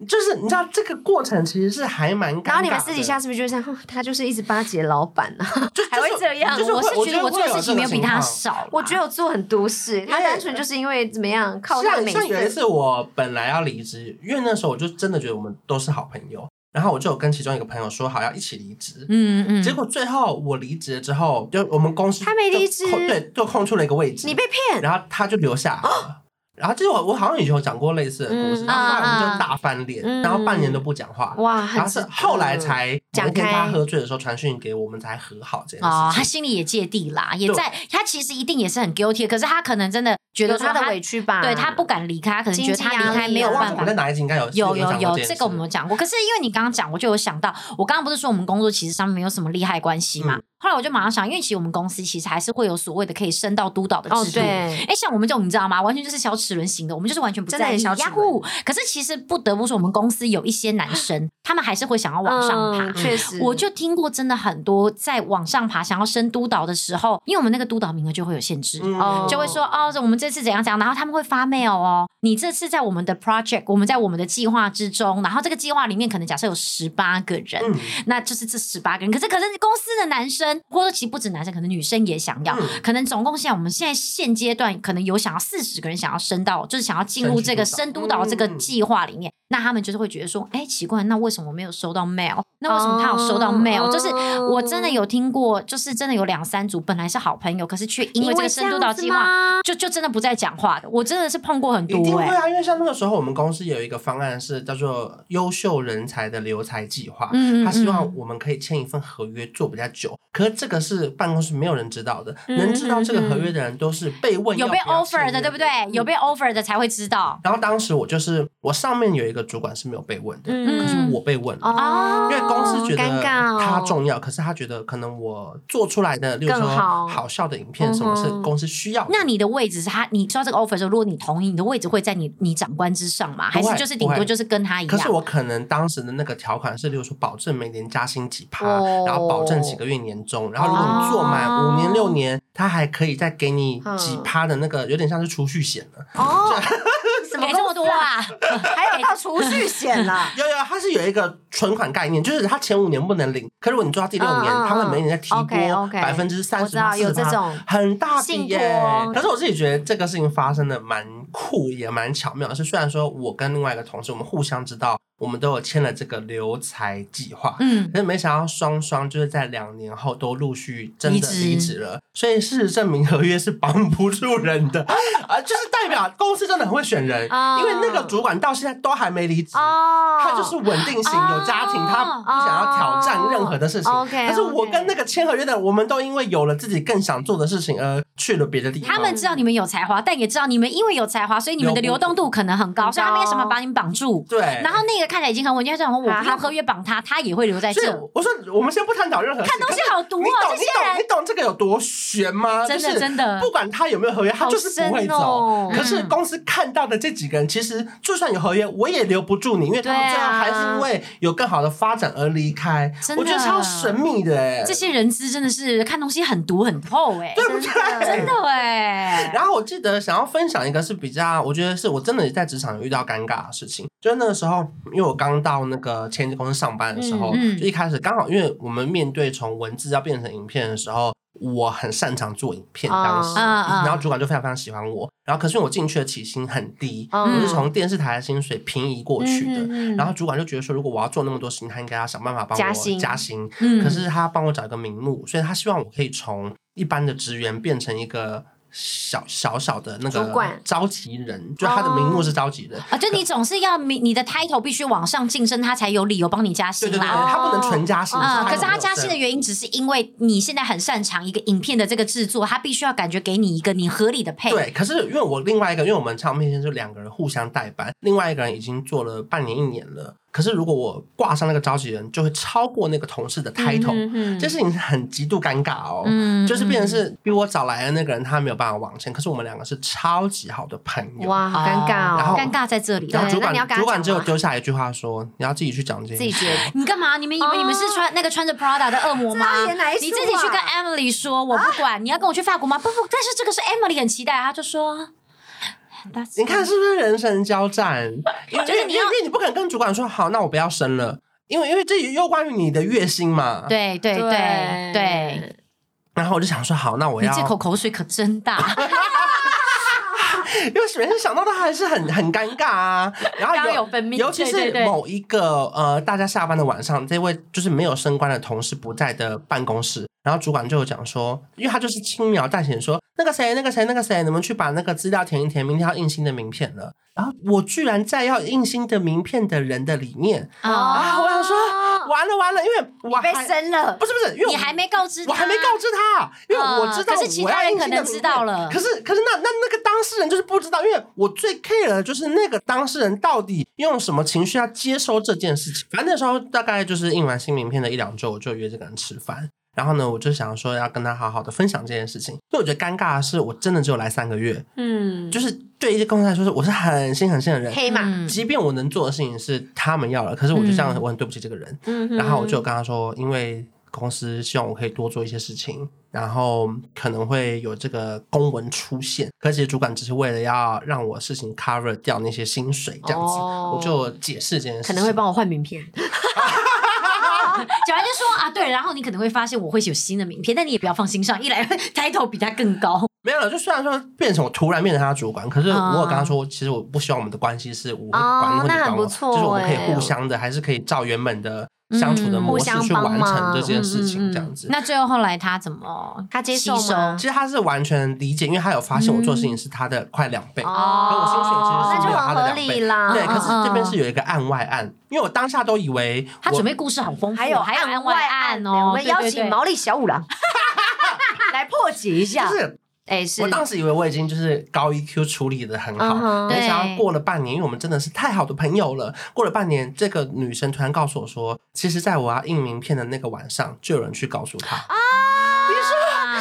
D: 就是你知道这个过程其实是还蛮尴尬的。
A: 然后你们私底下是不是就这样？哼 他就是一直巴结老板啊，
D: 就
A: 还会
D: 就是
A: 这样
D: 就是
C: 我
D: 会
C: 是觉
D: 觉
C: 得我做的事情没有比他少
D: 少。
C: 啦，
A: 我觉得我做很多事，他单纯就是因为怎么样靠
C: 啊
A: 他的
D: 像
A: 美
D: 啊像有一
A: 色，
D: 次我本来要离职，因为那时候我就真的觉得我们都是好朋友，然后我就有跟其中一个朋友说好要一起离职，
C: 嗯嗯，
D: 结果最后我离职了之后，就我们公司
A: 他没离
D: 就
A: 职
D: 空对，就空出了一个位置，
A: 你被骗，
D: 然后他就留下来了。然后这我我好像以前有讲过类似的故事，
A: 嗯
D: 然后后来我们
C: 啊啊
D: 就大翻脸，
A: 嗯
D: 然后半年都不讲
C: 啊
D: 话，
A: 哇，很
D: 然后是
A: 值得
D: 后
C: 嗯
D: 来才
A: 讲
D: 某一天
A: 开
D: 他喝醉的时候传讯给我们才和好这件
C: 哦，
D: 事
C: 他
D: 情。
C: 心里也芥蒂啦，也
D: 对
C: 在他其实一定也是很 guilty，的可是他可能真的觉
A: 有
C: 得说
A: 他的委屈吧？
C: 对他不敢离开，他可能觉得他离开没
D: 我
C: 有
D: 忘记
C: 办
D: 我
C: 法
D: 们在。哪一集应该有
C: 有
D: 有
C: 有
D: 讲过
C: 有，
D: 件
C: 这个我们
D: 事
C: 有讲过。可是因为你刚刚讲，我就有想到，我刚刚不是说我们工作其实上面没有什么利害关系嘛？后来我就马上想，因为其实我们公司其实还是会有所谓的可以升到督导的
A: 哦，
C: 制度。
A: 对，
C: 哎，像我们这种你知道吗？完全就是小齿轮型的，我们就是完全不
A: 真的
C: 在意
A: 很小齿
C: 呀呼。可是其实不得不说，我们公司有一些男生，他们还是会想要往上爬。
A: 嗯确实，
C: 我就听过真的很多在往上爬想要升督导的时候，因为我们那个督导名额就会有限制，
A: 哦
C: 就会说哦，我们这次怎样怎样，然后他们会发 mail 哦，你这次在我们的 project，我们哦在我们的计划之中，然后这个计划里面可能假设有十八个人，
D: 嗯，
C: 那就是这十八个人。可是可是公司的男生，或者说其实不止男生，可能女生也想要。
D: 嗯
C: 可能总共现在我们现在现阶段可能有想要四十个人想要升到，就是想要进入这个
D: 升
C: 深
D: 督
C: 督
D: 导
C: 导这个计划里面。那他们就是会觉得说，哎、奇怪，那为什么我没有收到 mail？那为什么他有收
D: 哦
C: 到 mail？、就是我真的有听过，就是真的有两三组本来是好朋友，可是却因为这个深督导计划，
A: 划，
C: 就就真的不再讲话的。我真的是碰过很多
D: 一定会
C: 哎、
D: 啊，因为像那个时候，我们公司有一个方案是叫做“优秀人才的留才计划”，
C: 嗯嗯
D: 他希
C: 嗯
D: 望我们可以签一份合约做比较久。可是这个是办公室没有人知道的，能知道这个合约的人都是被问
C: 有
D: 要
C: 被
D: 不要签
C: offer 的，对不对？
D: 嗯
C: 有被 offer 的才会知道
D: 然后当时我就是我上面有一个主管是没有被问的，
A: 嗯
D: 可是我被问了。
A: 哦
D: 因，为公司觉
A: 尴
D: 得
A: 尬哦
D: 他重要，可是他觉得可能我做出来的，例如
A: 更
D: 说
A: 好
D: 好笑的影片，什么是
A: 嗯哼
D: 公司需要的。
C: 那你的位置是他，你收到这个 offer 的时候，如果你同意，你的位置会在你你长官之上吗？还
D: 不会
C: 是就是顶
D: 不
C: 多
D: 会
C: 就是跟他一
D: 可是
C: 样？
D: 我可能当时的那个条款是，例如说保证每年加薪几趴，
A: 哦
D: 然后保证几个月年终，然后如果你做满五年六年，他还可以再给你几趴的那个，有点像是储蓄险的。，
A: 哦，什么
C: 给这么多啊？
A: 还有到储蓄险啊啦
D: 有有，它是有一个存款概念，就是他前五年不能领，可是如果你做到第六年，
A: 嗯嗯
D: 他会每年再提拨
A: OK，OK
D: 百分之三
A: 我
D: 十
A: 知道有这种
D: 很大笔
A: 信
D: 耶、
A: 托
D: 可是我自己觉得这个事情发生的蛮酷，也蛮巧妙的。是虽然说我跟另外一个同事，我们互相知道，我们都有签了这个留才计划，
C: 嗯，
D: 可是没想到双双就是在两年后都陆续真
C: 离
D: 的
C: 职
D: 离职了，所以事实证明合约是绑不住人的啊，就是代表公司真的很会选人，
A: 啊
D: 因为那个主管到现在都还没离职。
A: 哦，
D: 他 就是稳定型，
C: 哦
D: 有家庭，他不想要挑战任何的事情。
A: 哦，OK，
D: 但是我跟那个签合约的人，我们都因为有了自己更想做的事情而去了别的地方。
C: 他们知道你们有才华，但也知道你们因为有才华，所以你们的流动度可能很
A: 流
C: 高，
A: 动
C: 所以他们为什么把你们绑住？
D: 对，
C: 然后那个看起来已经很稳定，他就想说我
A: 啊
C: 不用合约绑他，他也会留在
D: 所以
C: 这。
D: 我说，我们先不探讨任何事
C: 看
D: 情
C: 东西好毒
D: 你
C: 哦，
D: 懂
C: 这
D: 你
C: 些
D: 懂
C: 人
D: 你懂这个有多悬吗？
C: 真的
D: 就是
C: 真的
D: 不管他有没有合约，他就是不会走。
A: 好深哦
D: 可是公司看到的这几个人，其实就算有合约，我也留不住你，因为他们
A: 对啊
D: 最后还是因为有更好的发展而离开。
C: 真的
D: 我觉得超神秘的哎、
C: 这些人资真的是看东西很毒很透哎，
D: 对不对？
C: 真的哎。
D: 然后我记得想要分享一个是比较，我觉得是我真的在职场有遇到尴尬的事情，就是那个时候，因为我刚到那个前一间公司上班的时候，
C: 嗯嗯
D: 就一开始刚好因为我们面对从文字要变成影片的时候，我很擅长做影片，
A: 啊
D: 当时，
C: 啊啊
D: 然后主管就非常非常喜欢我，然后可是我进去的起薪很低，
A: 嗯
D: 我是从电视台的薪水平移过去的，
C: 哦嗯嗯嗯
D: 然后主管就觉得说，如果我要做那么多事情，他应该要想办法帮我
A: 加薪
D: 加薪，
C: 嗯
D: 可是他帮我找一个名目，所以他希望我可以从一般的职员变成一个小小小的那
A: 主
D: 个
A: 管
D: 召集人，就他的名目是召集人。
C: 啊，就你总是要你你的 title 必须往上晋升，他才有理由帮你加薪
D: 对
C: 啊
D: 对对，
C: 啦。
D: 他不能纯加薪，
C: 啊、
D: 有
C: 可是他加薪的
D: 证
C: 原因只是因为你现在很擅长一个影片的这个制作，他必须要感觉给你一个你合理的配。
D: 对，可是因为我另外一个，因为我们唱片现在就两个人互相代班，另外一个人已经做了半年一年了。可是如果我挂上那个召集人，就会超过那个同事的 title，、
A: 嗯
D: 这事情很极度尴尬哦。
C: 嗯
D: 就是变成是比我早来的那个人，他没有办法往前，可是我们两个是超级好的朋友。
A: 哇，好尴尬哦，
D: 然后
C: 尴尬在这里
D: 然后
C: 了。
A: 对
D: 主
A: 那
D: 管
A: 你要跟他
D: 主管
A: 讲
D: 只有
A: 吗
D: 丢下一句话说：“你要自己去讲这
A: 自己
D: 件事。
A: 觉 得
C: 你干嘛？你们以为你们是穿、那个穿着 Prada 的恶魔吗
A: 哦这要演哪一出啊？
C: 你自己去跟 Emily 说，我不管，你要跟我去法国吗？不不，但是这个是 Emily 很期待，啊他就说。That's
D: 你看是不是人神交战？因为
C: 就是你要
D: 因为因为你不可能跟主管说好，那我不要升了，因为因为这也攸关于你的月薪嘛。。
C: 对对对对，
D: 然后我就想说好，那我
C: 你
D: 要，
C: 这口口水可真大。
D: 因为每次想到他还是很很尴尬啊。然后
C: 刚刚
D: 有
C: 有分泌
D: 尤其
C: 对
D: 是
C: 对对
D: 某一个呃，大家下班的晚上，这位就是没有升官的同事不在的办公室，然后主管就有讲说，因为他就是轻描淡写地说，那个谁，那个谁，那个谁，你们去把那个资料填一填，明天要印新的名片了。然后我居然在要印新的名片的人的里面
C: 啊、
D: 啊！我想说，完了完了，因为我
A: 被
D: 还
A: 升了，
D: 不是不是，因为我
C: 你还没告知他，
D: 我还没告知他，因为我知
C: 嗯
D: 道
C: 可是其
D: 我要
C: 他人
D: 印新的
C: 可能知道了
D: 可是可是那那那个当事人就是不知道，因为我最 care 的就是那个当事人到底用什么情绪要接收这件事情。反正那时候大概就是印完新名片的一两周，我就约这个人吃饭。然后呢，我就想说要跟他好好的分享这件事情，因为我觉得尴尬的是，我真的只有来三个月，
A: 嗯，
D: 就是对一些公司来说，是我是很新很新的人。
A: 黑马，
C: 嗯
D: 即便我能做的事情是他们要了，可是我就这样，我很对不起这个人。
A: 嗯哼，
D: 然后我就有跟他说，因为公司希望我可以多做一些事情，然后可能会有这个公文出现，可是其实主管只是为了要让我事情 cover 掉那些薪水这样子，
A: 哦
D: 我就解释这件事情。
A: 可能会帮我换名片，
C: 小孩就说啊，对，然后你可能会发现我会有新的名片，但你也不要放心上，一来 title 比他更高，
D: 没有了。就虽然说变成我突然变成他主管，可是
C: 啊
D: 我有跟他说，其实我不希望我们的关系是我会
A: 哦
D: 管你或你
A: 那很
D: 管我，
A: 不错
D: 就是我们可以
A: 欸
D: 互相的，还是可以照原本的相处的
C: 嗯
D: 模式
A: 互相
D: 去
A: 帮
D: 完成
A: 忙
D: 这件事
A: 嗯嗯
D: 情，
A: 嗯
D: 这样子。
C: 那最后后来他怎么？
A: 他接受
C: 吸收
A: 吗？
D: 其实他是完全理解，因为他有发现我做
A: 嗯
D: 的事情是他的快两倍，
A: 哦
D: 可我薪水
A: 那
D: 其实是
A: 就
D: 没有他
A: 很
D: 的
A: 合
D: 两倍
A: 理啦。
D: 对，
C: 嗯
D: 可是这边
C: 嗯
D: 是有一个案外案，因为我当下都以为
C: 他
D: 我
C: 准备故事好丰富，
A: 还有
C: 还有案
A: 外
C: 外案
A: 呢
C: 哦，
A: 我们邀请
C: 毛
A: 毛利小五郎来破解一下
D: 就。是
A: 哎，是
D: 我当时以为我已经就是高 EQ 处理的很
A: 嗯哼
D: 好，没想
C: 对
D: 到过了半年，因为我们真的是太好的朋友了。过了半年，这个女生突然告诉我说，其实在我要印名片的那个晚上，就有人去告诉她，
C: 啊。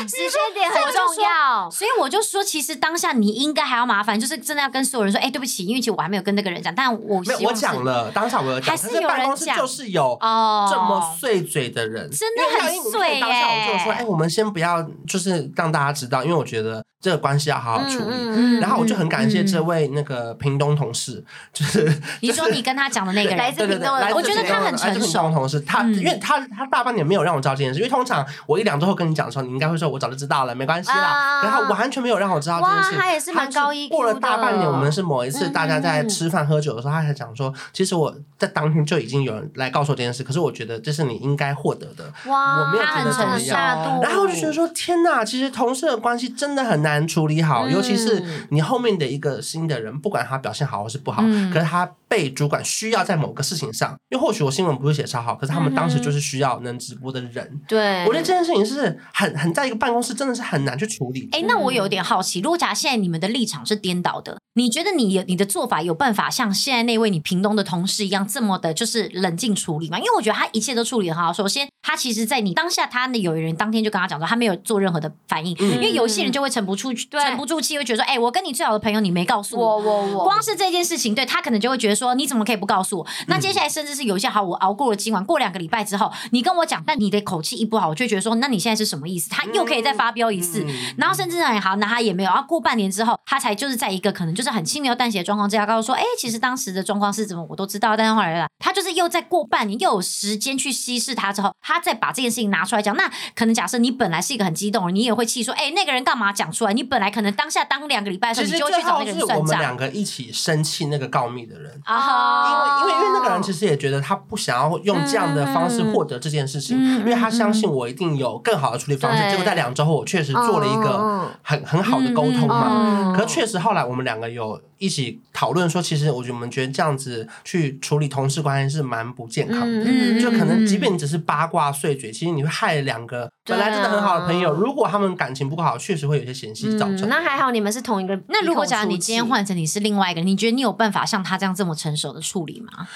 A: 时间点很重要。
C: 所以我就说，其实当下你应该还要麻烦，就是真的要跟所有人说，哎、对不起，因为其实我还没有跟那个人讲，但我
D: 没有
C: 希望
D: 我
C: 是
D: 讲了，当下我有讲，
C: 还是
D: 可是
C: 有
D: 办
C: 人
D: 公室
C: 讲
D: 就是有
C: 哦，
D: 这么碎嘴的人，
C: 真的
D: 因为
C: 很
D: 要硬
C: 碎
D: 当下我就说，
C: 耶
D: 哎、我们先不要，就是让大家知道，因为我觉得这个关系要好好处理。
A: 嗯
D: 然后我就很感谢
C: 嗯
D: 这位那个屏东同事，就是
C: 你说你跟他讲的那个
A: 来
C: 人，
A: 自
D: 对对
A: 屏
D: 对，
A: 东的
D: 来
A: 同事，
D: 自
C: 我觉得
D: 屏东
C: 他
D: 的
C: 很成
D: 来自屏东
C: 熟
D: 同事，他
C: 嗯
D: 因为他他大半年没有让我知道这件事，因为通常我一两周后跟你讲的时候，你应该会说我早就知道了，没关系啦。
A: 啊
D: 然后完全没有让我知道这件事，
A: 哇他也是蛮高
D: 他
A: EQ
D: 过了大半年，
A: 的
D: 我们是某一次
C: 嗯
D: 大家在吃饭喝酒的时候，他还讲说，其实我在当天就已经有人来告诉我这件事，可是我觉得这是你应该获得的。
C: 嗯
A: 哇，
D: 我没有
C: 觉得怎么样
A: 大度
D: 啊然后我就觉
C: 哦
D: 得说，天呐，其实同事的关系真的很难处理好，
A: 嗯
D: 尤其是你后面的一个新的人，不管他表现好或是不好，
C: 嗯
D: 可是他被主管需要在某个事情上，因为或许我新闻不是写超好，可是他们当时就是
C: 嗯
D: 需要能直播的人。
A: 对，
D: 我觉得这件事情是很很在一个办公室真的是很难去处理。
C: 哎、那我有点好奇，如果假如现在你们的立场是颠倒的，你觉得你你的做法有办法像现在那位你屏东的同事一样这么的，就是冷静处理吗？因为我觉得他一切都处理得很好。首先，他其实，在你当下，他有人当天就跟他讲说，他没有做任何的反应，
D: 嗯
C: 因为有些人就会沉不住
A: 对
C: 沉不住气，会觉得说，哎、我跟你最好的朋友，你没告诉
A: 我
C: 我。
A: 我我
C: 光是这件事情，对他可能就会觉得说，你怎么可以不告诉我？那
D: 嗯
C: 接下来甚至是有一些好，我熬过了今晚，过两个礼拜之后，你跟我讲，但你的口气一不好，我就觉得说，那你现在是什么意思？他又可以再发飙一次，
D: 嗯
C: 然后甚至很好，那他也没有。然啊后过半年之后，他才就是在一个可能就是很轻描淡写的状况之下，告诉说，哎，其实当时的状况是怎么我都知道，但是后来啦，他就是又在过半年，又有时间去稀释他之后，他再把这件事情拿出来讲。那可能假设你本来是一个很激动的人，你也会气说，哎，那个人干嘛讲出来？你本来可能当下当两个礼拜的时候，
D: 其实
C: 你就会
D: 最
C: 去找
D: 后
C: 那个
D: 是
C: 人
D: 我
C: 算
D: 们
C: 账
D: 两个一起生气那个告密的人。
C: 啊
D: 因
C: 哈。
D: 为因为因为那个
A: 哦
D: 人其实也觉得他不想要用这样的方
A: 嗯
D: 式获得这件事情，
C: 嗯嗯嗯
D: 因为他相信我一定有更好的处理方式。
A: 对
D: 结果在两周后，我确实做了一个
A: 嗯
D: 很很好的沟通嘛。
A: 嗯嗯
D: 可确实后来我们两个有一起讨论说，其实我觉得我们觉得这样子去处理同事关系是蛮不健康的。
A: 嗯
D: 就可能，即便你只是八卦碎嘴，其实你会害两个本来真的很好的朋友，
A: 对啊
D: 如果他们感情不好，确实会有一些嫌隙造成。
A: 嗯，那还好你们是同一个。
C: 那如果假如你今天
A: 一口出气
C: 换成你是另外一个人，你觉得你有办法像他这样这么成熟的处理吗？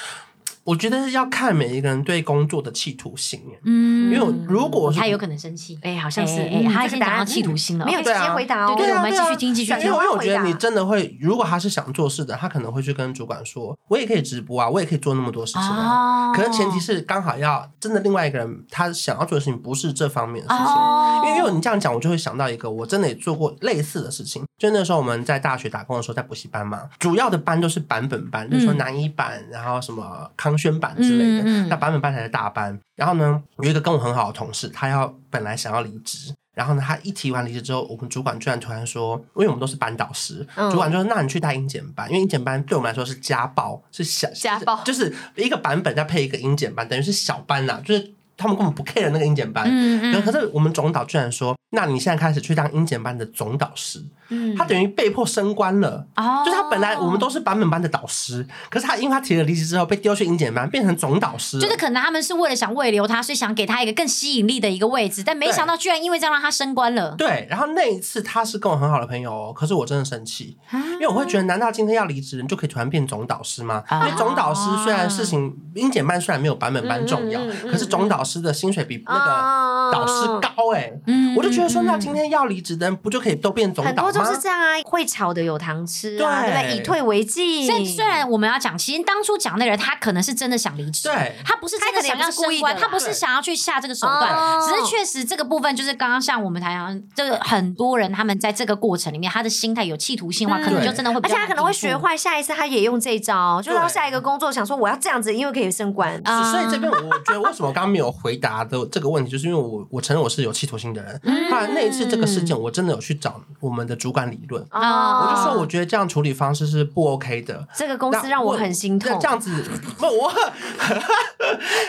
D: 我觉得要看每一个人对工作的企图心，
C: 嗯
D: 因为我如果我是
C: 他有可能生气，
A: 哎，好
C: 像
A: 像
C: 是
A: 是，
C: 哎，他
A: 这
C: 已经
A: 个答
C: 讲到
A: 案
C: 企图心了，
A: 没有直
D: 对
A: 接
D: 啊
A: 回答哦。
C: 对
D: 对
C: 我
D: 啊
C: 们
D: 对啊
C: 继续听，继续
D: 因
A: 感
D: 为因
C: 听。
D: 为我觉得
A: 回
D: 你
A: 答
D: 真的会，如果他是想做事的，他可能会去跟主管说，我也可以直播啊，我也可以做那么多事情啊。
C: 哦
D: 可是前提是刚好要真的另外一个人他想要做的事情不是这方面的事情。
C: 哦
D: 因为因为你这样讲，我就会想到一个，我真的也做过类似的事情。就那时候我们在大学打工的时候，在补习班嘛，主要的班都是版本班，比如说
C: 嗯
D: 南一版，然后什么康轩版之类的。
C: 嗯嗯
D: 那版本班才是大班。然后呢，有一个跟我很好的同事，他要本来想要离职。然后呢，他一提完离职之后，我们主管居然突然说，因为我们都是班导师，
A: 嗯
D: 主管就说：“那你去带英检班，因为英检班对我们来说是家暴，是小
A: 家暴
D: 就是一个版本再配一个英检班，等于是小班啦、就是他们根本不 care 那个英检班。
C: 嗯
D: 可可是我们总导居然说，那你现在开始去当英检班的总导师，
C: 嗯
D: 他等于被迫升官了。
C: 哦
D: 就是他本来我们都是版本班的导师，可是他因为他提了离职之后被丢去英检班，变成总导师了。
C: 就是可能他们是为了想慰留他，所以想给他一个更吸引力的一个位置，但没
D: 对
C: 想到居然因为这样让他升官了。
D: 对，然后那一次他是跟我很好的朋友哦，可是我真的生气，
A: 啊
D: 因为我会觉得，难道今天要离职，你就可以突然变总导师吗？因
A: 啊
D: 为总导师虽然事情英检办虽然没有版本班重要
A: 嗯嗯嗯，嗯啊
D: 可是总导师的薪水比那个
A: 个
D: 导师高哎、
C: 嗯
D: 我就觉得说，
C: 嗯
D: 那今天要离职的人不就可以都变总
A: 很
D: 导
A: 多
D: 吗
A: 都？是这样啊，会炒的有糖吃啊，对
D: 对
A: 不对？以退为进。
C: 所以虽然我们要讲，其实当初讲那个人，他可能是真的想离职，
D: 对
C: 他不是真的想
A: 他可能也不
C: 要升
A: 是故意
C: 官，
A: 的
C: 他不是想要去下这个手段，
A: 对
C: 只是确实这个部分就是刚刚像我们谈到，这个很多人他们在这个过程里面，他的心态有企图心的话，
A: 嗯
C: 可能就真的会
A: 而
C: 比
A: 且
C: 较
A: 他
C: 难进步，
A: 可能会学坏，下一次他也用这一招，就到
D: 对
A: 下一个工作想说我要这样子，因为可以升官。
C: 啊
D: 所以这边我觉得为什么我刚刚没有回答的这个问题，就是因为我我承认我是有企图心的人。
C: 嗯。
D: 后来那一次这个事件，我真的有去找我们的主管理论，
A: 哦
D: 我就说我觉得这样处理方式是不 OK 的。
A: 这个公
D: 那
A: 司让我很心痛，
D: 这 样子，不，我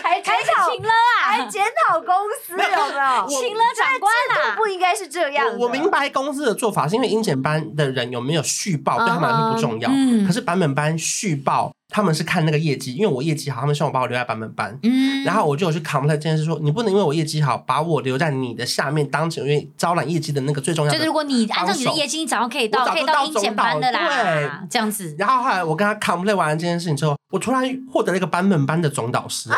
A: 还啊检讨
C: 请了啦，
A: 还检讨公 司有没有？
C: 请了长官
A: 这
C: 啦
A: 个，不应该是这样的
D: 我我明白公司的做法，是因为英检班的人有没有续报对他们来说不重要，
C: 嗯
D: 可是版本班续报他们是看那个业绩，因为我业绩好，他们希望我把我留在版本班。
C: 嗯
D: 然后我就有去 complain 这件事说你不能因为我业绩好，把我留在你的下面当成因为招揽业绩的那个最重要
C: 就是
D: 的
C: 如。果你按照你的业绩，你早上可以到
D: 我早
C: 可
D: 就
C: 以
D: 到
C: 英检班的
D: 总导
C: 啦，这样子。
D: 然后后来我跟他 complain 完这件事情之后，我突然获得了一个版本班的总导师，
C: 哎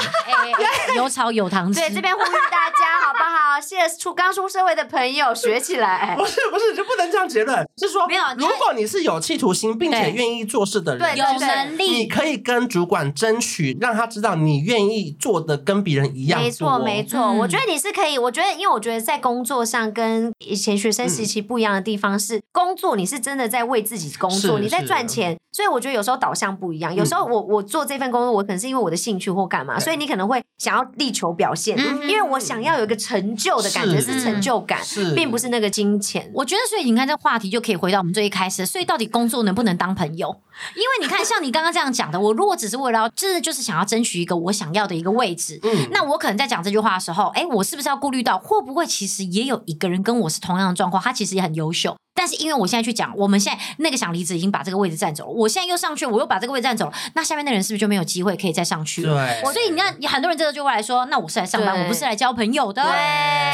C: 哎有草有糖吃，
A: 对，这边呼吁大家好不好？谢谢出刚出社会的朋友学起来
D: 不。是不是，就不能这样结论，是说
C: 没有你
D: 如果你是有企图心并且
C: 对
D: 愿意做事的人，
A: 对
C: 有能
D: 你
A: 嗯
C: 力，
D: 可以跟主管争取，让他知道你愿意做的跟别人一样多。哦
A: 没错，没错，
C: 嗯
A: 我觉得你是可以。我觉得，因为我觉得在工作上跟以前学生
D: 嗯
A: 时期不一样的地方是，工作你是真的在为自己工作，
D: 是
A: 你在
D: 是嗯
A: 赚钱，所以我觉得有时候导向不一样。有时候我我做这份工作，我可能是因为我的兴趣或干嘛，
D: 对
A: 所以你可能会想要力求表现，
C: 嗯
A: 因为我想要有一个成就的感觉，
D: 是
A: 是成就感，
D: 是
A: 并不是那个金钱。
C: 我觉得，所以你看这话题就可以回到我们最一开始，所以到底工作能不能当朋友？因为你看，像你刚刚这样讲的，我如果只是为了要真的就是想要争取一个我想要的一个位置，
D: 嗯
C: 那我可能在讲这句话的时候，哎，我是不是要顾虑到会不会其实也有一个人跟我是同样的状况，他其实也很优秀，但是因为我现在去讲，我们现在那个想离职已经把这个位置占走了，我现在又上去，我又把这个位置占走了，那下面的人是不是就没有机会可以再上去了？
D: 对，
C: 所以你看，很多人这个就会来说，那我是来上班，
A: 对
C: 我不是来交朋友的，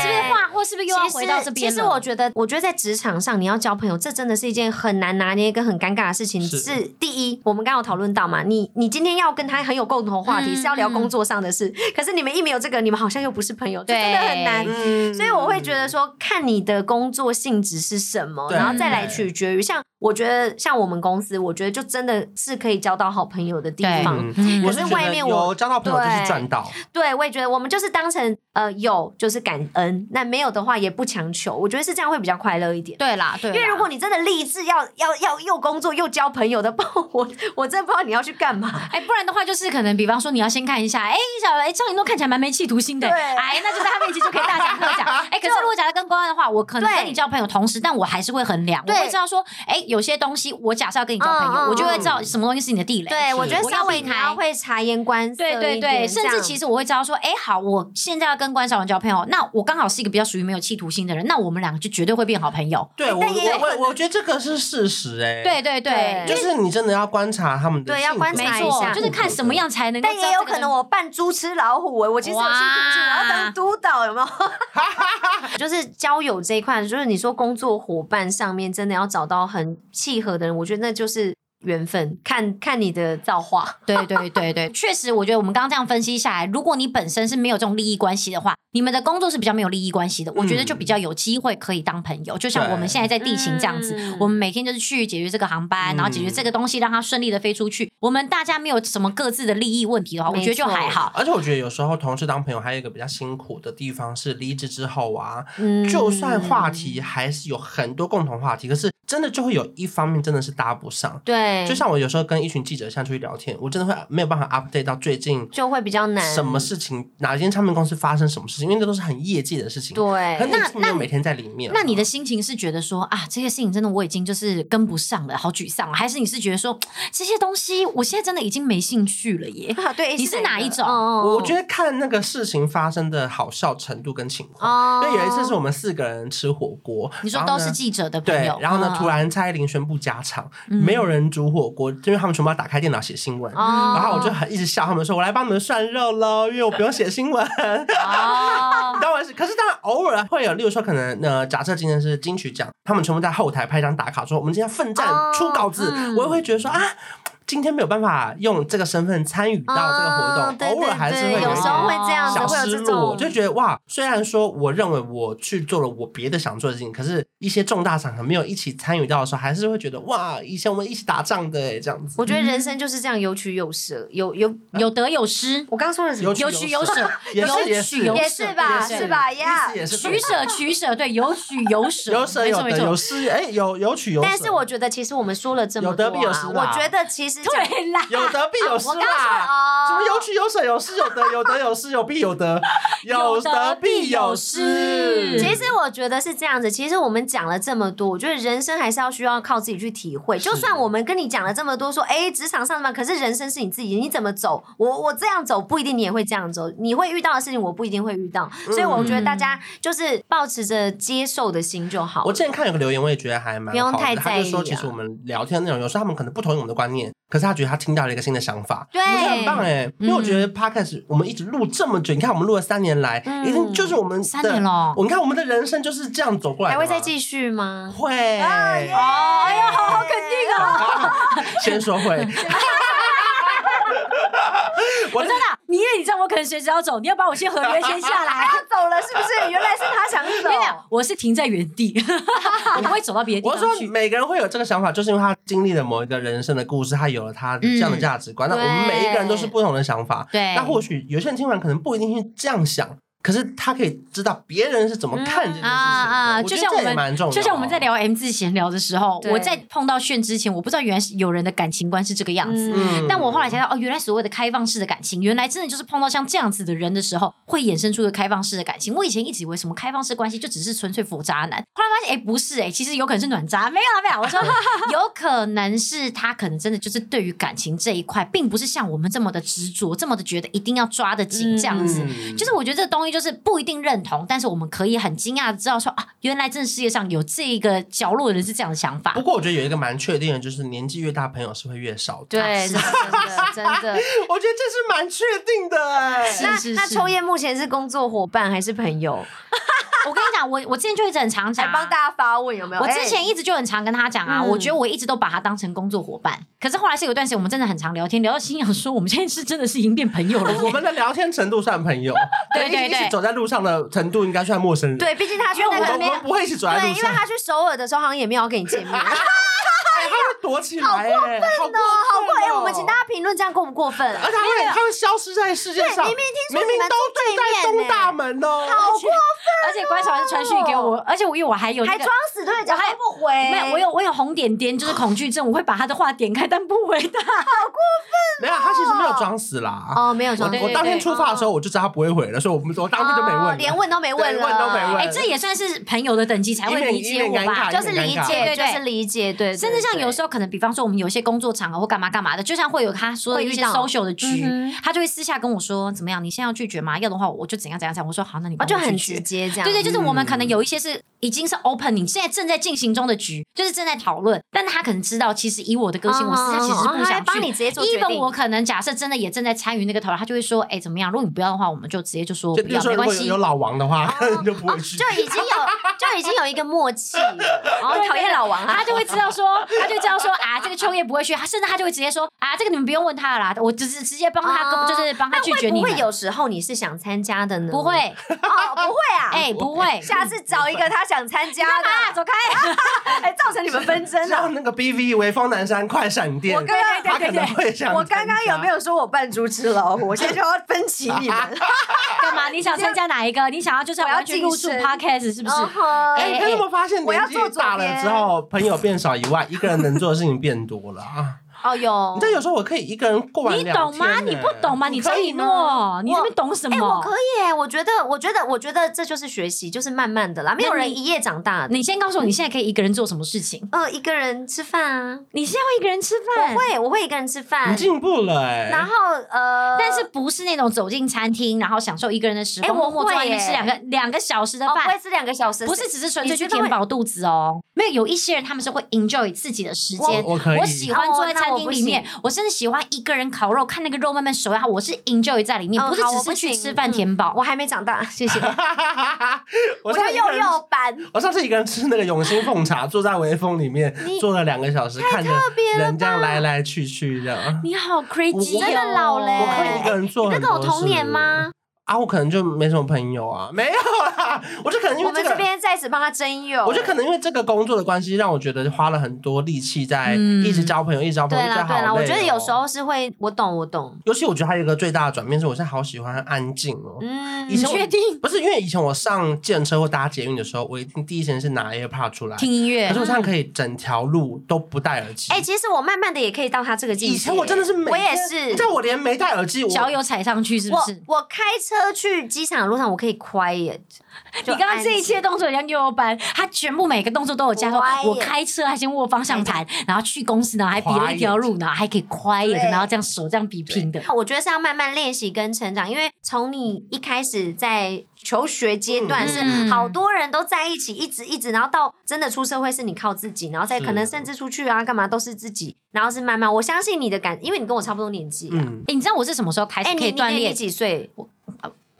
C: 是不是话或是不是又要回到这边
A: 其实
C: 了
A: 我觉得，我觉得在职场上你要交朋友，这真的是一件很难拿捏跟很尴尬的事情。
D: 是
A: 是第一，我们刚刚有讨论到嘛，你你今天要跟他很有共同话题，
C: 嗯
A: 是要聊工作上的事，可是你们一没有这个，你们好像又不是朋友，这真的
C: 对
A: 很难。
D: 嗯
A: 所以我会觉得说，看你的工作性质是什么，
D: 对
A: 然后再
C: 嗯
A: 来取决于像我觉得像我们公司，我觉得就真的是可以交到好朋友的地方。
D: 嗯
C: 嗯
D: 我
A: 可是
D: 觉得
A: 外面我
D: 有交到朋友就是赚到，
A: 对，我也觉得我们就是当成呃有就是感恩，那没有的话也不强求，我觉得是这样会比较快乐一点。
C: 对啦，对啦，
A: 因为如果你真的立志要要要又工作又交朋友的，不， 我我真的不知道你要去干嘛。
C: 哎，不然的话就是可能，比方说你要先看一下，哎，小哎张云东看起来蛮没企图心的，
A: 对
C: 哎，那就在他面前就可以大讲特 讲。哎，可是如果假设跟公安的话，我可能
A: 对
C: 跟你交朋友，同时，但我还是会衡量，我
A: 对
C: 会知道说，哎，有些东西我假设要跟你交朋
A: 嗯嗯
C: 友，我就会
A: 嗯
C: 知道什么东西是你的地雷。
A: 对，我觉得
C: 我要
A: 稍微
C: 避
A: 你
C: 开
A: 要会察言观色
C: 对对
A: 一
C: 对，
A: 点
C: 甚
A: 这
C: 至
A: 样
C: 其实我会知道说，哎，好，我现在要跟关少文交朋友，那我刚好是一个比较属于没有企图心的人，那我们两个就绝对会变好朋友。
D: 对我
A: 但也有
D: 我我我觉得这个是事实哎，
C: 对，对对，
D: 就
C: 因为
D: 是你真的要观察他们的
A: 对要
D: 性格
A: 观察
C: 没
A: 一
C: 错，
A: 下
C: 就是看什么样才能够
A: 但
C: 知道
A: 也有
C: 这个
A: 可
C: 人
A: 能我扮猪吃老虎、欸，我其实有兴趣性，
C: 哇
A: 我要当督导，有没有？ 就是交友这一块，就是你说工作伙伴上面真的要找到很契合的人，我觉得那就是缘分，看看你的造化。
C: 对对对对，确实，我觉得我们刚刚这样分析下来，如果你本身是没有这种利益关系的话，你们的工作是比较没有利益关系的，我觉得就比较有机会可以当朋友。就像我们现在在地勤这样子
A: 嗯，
C: 我们每天就是去解决这个航班，
D: 嗯
C: 然后解决这个东西，让它顺利的飞出去。我们大家没有什么各自的利益问题的话，我
A: 没
C: 觉得就还好。
D: 而且我觉得有时候同事当朋友还有一个比较辛苦的地方是离职之后啊，
A: 嗯
D: 就算话题还是有很多共同话题，可是真的就会有一方面真的是搭不上。
A: 对，
D: 就像我有时候跟一群记者像出去聊天，我真的会没有办法 update 到最近
A: 就会比较难。
D: 什么？事情，哪间唱片公司发生什么事情，因为这都是很业界的事情。，可
A: 对，
D: 那你没有每天在里面嘛，
C: 那你的心情是觉得说啊，这些事情真的我已经就是跟不上了，好沮丧啊，还是你是觉得说这些东西我现在真的已经没兴趣了耶？
A: 啊对，
C: 你是哪一
A: 个
C: 种
A: 嗯
D: 我我觉得看那个事情发生的好笑程度跟情况。
A: 哦
D: 因为有一次是我们四个人吃火锅，
C: 你说
D: 然后
C: 都
D: 呢
C: 是记者的朋
D: 对
C: 友，，
D: 然后
C: 嗯
D: 呢，
C: 嗯
D: 突然蔡依林宣布加场，没有人煮火锅，因为他们全部要打开电脑写新闻。
C: 哦
A: 哦
D: 然后我就很一直笑他们说：“我来帮你们涮肉喽，因为我不用写新闻。
C: 哦，
D: 当然是，可是当然偶尔会有，例如说可能呃，假设今天是金曲奖，他们全部在后台拍一张打卡，说我们今天奋战
A: 哦
D: 出稿子，
C: 嗯
D: 我也会觉得说啊。今天没有办法用这个身份参与到这个活动，
A: 嗯对
D: 偶尔还是
A: 对
D: 会
A: 对有
D: 一
A: 时
D: 点
A: 候会这样子，
D: 小
A: 会有
D: 失
A: 这
D: 落，
A: 种
D: 我就觉得哇，虽然说我认为我去做了我别的想做的事情，可是一些重大场合没有一起参与到的时候，还是会觉得哇，以前我们一起打仗的哎，这样子
A: 我觉得人生就是这样有取有舍，有有
C: 有得有失，
A: 我刚说的什么？
D: 有
C: 有取有舍，
D: 也
C: 有
D: 是
C: 取
D: 也是
C: 有
A: 也
C: 舍
A: 是吧，
D: 也
A: 啊是
D: 是
A: 吧
D: 意
A: 呀
D: 思。也是
C: 取舍取舍，对，有 取有舍，
D: 有舍
C: 没
D: 有
C: 错
D: 得
C: 没
D: 有
C: 错，
D: 失，哎，有有取有舍，
A: 但是我觉得，其实我们说了这么
D: 有
A: 多
D: 得必有
A: 啊
D: 失，
A: 我
D: 啦
A: 觉得其实这
C: 对啦，
D: 有得必有失
A: 啊我刚刚
C: 啊
A: 说
D: 啦。
A: 哦，
D: 什么有取有舍，有失有得，有得有失，有必 有得，有得必有失。
A: 其实我觉得是这样子，其实我们讲了这么多，我觉得人生还是要需要靠自己去体会。
D: 是
A: 就算我们跟你讲了这么多，说哎职场上嘛，可是人生是你自己，你怎么走，我我这样走不一定你也会这样走，你会遇到的事情我不一定会遇到，所以我觉得大家就是保持着接受的心就好了。
D: 我之前看有个留言，我也觉得还蛮
A: 不用
D: 好的
A: 太在
D: 他就说，
A: 意
D: 其实
A: 啊
D: 我们聊天的内容，有时候他们可能不同意我们的观念，可是他觉得他听到了一个新的想法，
A: 对，
D: 我觉得很
A: 欸
D: 棒哎、因为我觉得 podcast 我们一直录这么久，你看我们录了三年来，
A: 嗯
D: 已经就是我们的
C: 三年了
D: 我们看我们的人生就是这样走过来
A: 还
D: 的嘛，
A: 会再继续吗？
D: 会
A: 啊耶
C: 哎呀，好好肯
A: 啊
C: 定哦。
D: 先 说会。我
C: 真的，你因为你知道我可能随时要走，你要把我先合约签下 来。
A: 他走了是不是？原来是他想
C: 我跟你讲，我是停在原地， 我不会走到别的地
D: 我
C: 方
D: 是说，
C: 去。
D: 每个人会有这个想法，就是因为他经历了某一个人生的故事，他有了他这样的价值观。那我们每一个人都是不同的想法，
C: 嗯对
D: 那或许有些人听完可能不一定是这样想，可是他可以知道别人是怎么看这件事情的。
C: 啊啊！
D: 我觉
C: 就
D: 得
C: 像
D: 这
C: 我
D: 也蛮
C: 们，
D: 重要的嗯
C: 就像我们在，聊 M 字闲聊的时候，
A: 对
C: 我在碰到炫之前，我不知道原来是有人的感情观是这个样子。
D: 嗯
C: 但我后来才知道，哦，原来所谓的开放式的感情，原来真的就是碰到像这样子的人的时候，会衍生出一个开放式的感情。我以前一直以为什么开放式关系就只是纯粹佛渣男，后来发现，哎，不是，哎，其实有可能是暖渣，没有啦，没有啦。 我说有可能是他可能真的就是对于感情这一块，并不是像我们这么的执着，这么的觉得一定要抓得紧这样子。
D: 嗯
C: 就是我觉得这东西就是不一定认同，但是我们可以很惊讶的知道说啊，原来这世界上有这个角落的人是这样的想法
D: 不。过我觉得有一个蛮确定的，就是年纪越大，朋友是会越少的。
A: 对，真的真的。真的
D: 我觉得这是蛮确定 的哎、
C: 是
A: 那那秋叶目前是工作伙伴还是朋友？
C: 我跟你讲，我我之前就一直很常讲
A: 来
C: 啊、
A: 帮大家发问有没有？哎
C: 我之前一直就很常跟他讲啊，
A: 嗯
C: 我觉得我一直都把他当成工作伙伴，可是后来是有一段时间我们真的很常聊天，聊到心想说我们现在是真的是已经变朋友了耶。
D: 我们的聊天程度算朋友，
C: 对对
D: 一起一
C: 对
D: 起走在路上的程度应该算陌生人。
A: 哎，对，毕竟他去
D: 因为
A: 那
D: 我
A: 个
D: 们我
A: 没有
D: 们不会一起走在
A: 对，
D: 路
A: 因为
D: 上，
A: 他去首尔的时候好像也没有要跟你 见面，好
D: 哎他会躲起来、哎，好过分、哦，好
A: 过哎，我们请大家评论这样过不过分？啊
D: 而且他会他会消失在世界
A: 对
D: 上。
A: 明明听说
D: 明明
A: 你们
D: 都
A: 住对
D: 住在
A: 面
D: 东
A: 呢
D: 大门哦，
C: 而且关小还是传讯给我，而且我因为我还有、那
A: 还
C: 个
A: 装哎死对讲
C: 我还
A: 都不回，
C: 没有，我有我有红点点，就是恐惧症，我会把他的话点开，但不回答。
D: 没有，他其实没有装死啦。
A: 哦，没有
D: 我
A: 装死，
D: 我当天出发的时候，我就知道他不会回了，所以我们我当天就没问
A: 哦
D: 了，
A: 连问都没问
D: 对
A: 了，
D: 问都没问
C: 哎、这也算是朋友的等级才
D: 以
C: 会
D: 免
C: 理
D: 以
C: 解
D: 免
C: 我
D: 尴
C: 吧
D: 尬。
A: 就是理解，
C: 对对对
A: 就是理解，对，对
C: 甚至像有时
A: 候。
C: 候可能，比方说我们有一些工作场合或干嘛干嘛的，就像会有他说的一
A: 会
C: 些
A: 遇到
C: social 的局
A: 嗯哼，
C: 他就会私下跟我说怎么样，你现在要拒绝吗？要的话我就怎样怎样怎样。我说好，那你
A: 哦，
C: 帮
A: 就
C: 我
A: 很
C: 拒绝
A: 直接嗯这样，
C: 对对，就是我们可能有一些是已经是 open，你现在正在进行中的局，就是正在讨论，但他可能知道，其实以我的个性，我私下其实
A: 哦他
C: 不想
A: 会
C: 去。
A: 帮你直接做决
C: even
A: 定
C: 我可能假设真的也正在参与那个讨论，他就会说，哎，怎么样？如果你不要的话，我们就直接就说
D: 就
C: 不
D: 比如
C: 要，
D: 说
C: 没
D: 如
C: 关
D: 果有
C: 系
D: 有。老王的话， 你就不
C: 哦
D: 会去。
A: 就已经有就已经有一个默 契了，哦，
C: 对
A: 讨厌老王啊，
C: 他就会知道说，他就这样说啊，这个秋叶不会去，他甚至他就会直接说啊，这个你们不用问他了啦，我只是直接帮他跟，
A: 哦
C: 就是帮他
A: 那
C: 拒绝你
A: 会
C: 们。
A: 不会有时候你是想参加的呢？
C: 不会，
A: 哦，不会 啊，
C: 哎，不会，
A: 下次找一个他想参加
C: 啊，
A: 的，
C: 走开。
A: 哎，造成你们纷争了
D: 像。那个 BV 微风南山快闪店，
A: 我刚刚
D: 他可能会想参加，
A: 我刚刚有没有说我扮猪吃老虎？我现在就要分歧你 们，
C: 干嘛？你想参加哪一个？你想要就是
A: 我要
C: 完全入住
A: 晋升
C: podcast 是不是？
A: 哦
D: 哎、
C: 哎
D: 你有没有发现
A: 我要
D: 年纪
A: 坐左
D: 大了
A: 边
D: 之后，朋友变少以外，一个人能做的事情变多了啊？
A: 哦有
D: 你知道有时候我可以一个人过完
C: 你
D: 两
C: 懂吗？
D: 天呢
C: 你不懂吗？你张
D: 可以
C: 以
D: 吗
C: 诺，你
A: 我
C: 那边懂什
A: 哎、我可
C: 么？
A: 以、欸，我觉得，我觉得，我觉得这就是学习，就是慢慢的啦，没有
C: 那
A: 人
C: 你
A: 一夜长大的。
C: 你先告诉我，你现在可以一个人做什么事情？
A: 呃，一个人吃饭啊，
C: 你现在会一个人吃饭，
A: 我会，我会一个人吃饭
D: 你，进步了哎、
A: 然后呃，
C: 但是不是那种走进餐厅然后享受一个人的时
A: 哎
C: 光，
A: 我
C: 默默坐在那边
A: 会
C: 吃两个两个小时的
A: 哦，不
C: 饭
A: 会，吃两个小时，
C: 不是只是纯粹
A: 你觉
C: 去
A: 得
C: 填
A: 会
C: 饱肚子哦。没有，有一些人他们是会 enjoy 自己的时间。
D: 我可以，
C: 我喜欢坐在
A: 哦那
C: 餐
A: 我
C: 厅
A: 不
C: 里面，我甚至喜欢一个人烤肉，看那个肉慢慢熟呀。我是 enjoy 在里面，
A: 嗯
C: 不是
A: 好
C: 只
A: 我
C: 是
A: 不
C: 去
A: 行嗯
C: 吃饭填饱。
A: 我还没长大， 谢谢。
D: 我
A: 就
D: 上次一
A: 幼
D: 个人
A: 幼班，
D: 我上次一个人吃那个永兴凤茶，坐在微风里面
A: 你
D: 坐了两个小时，看着人这样来来去去这样。
C: 你好 crazy，
D: 我
A: 真的老嘞
D: 我可以一个人做
A: 你
D: 很
A: 在
D: 多
A: 跟
D: 事。
A: 我同年吗？
D: 啊，我可能就没什么朋友啊，没有啦，我就可能因
A: 我
D: 为
A: 们
D: 这
A: 这
D: 个。
A: 边在此帮他争友，
D: 我觉得可能因为这个工作的关系，让我觉得花了很多力气在
C: 嗯
D: 一直交朋友，一直交朋友，
A: 对
D: 就觉
A: 啦
D: 得好
A: 对啦，
D: 累
A: 我
D: 哦
A: 觉得有时，候是会，我懂我懂，
D: 尤其我觉得还有一个最大的转变是，我现在好喜欢安静哦。
A: 嗯
D: 以前我
C: 确定
D: 不是因为以前我上电车或搭捷运的时候，我一定第一时间是拿 AirPod 出来，
C: 听音乐
D: 可是。我现在可以整条路都不戴耳机。
A: 嗯哎、其实我慢慢的也可以到他这个境界。
D: 以前我真的是每天，
A: 我也是
D: 你知，道我连没戴耳机，我
C: 小友踩上去是不是？
A: 我我开车去机场的路上，我可以 quiet 就安静。
C: 你刚刚这一切动作像幼儿班，他全部每个动作都有加说，
A: Quiet
C: 我开车还先握方向盘，然后去公司，然后还比了一条路，然后还可以 quiet，
A: 哎对
C: 然后这样手这样比拼的。
A: 我觉得是要慢慢练习跟成长，因为从你一开始在求学阶段
D: 嗯
A: 是
C: 嗯
A: 好多人都在一起，一直一直，然后到真的出社会是你靠自己，然后再
D: 是
A: 可能甚至出去啊干嘛都是自己，然后是慢慢，我相信你的感，因为你跟我差不多年纪啊。
D: 嗯，
C: 哎、你知道我是什么时候开
A: 哎、
C: 始可
A: 你
C: 以
A: 你
C: 锻
A: 你
C: 炼
A: 几岁？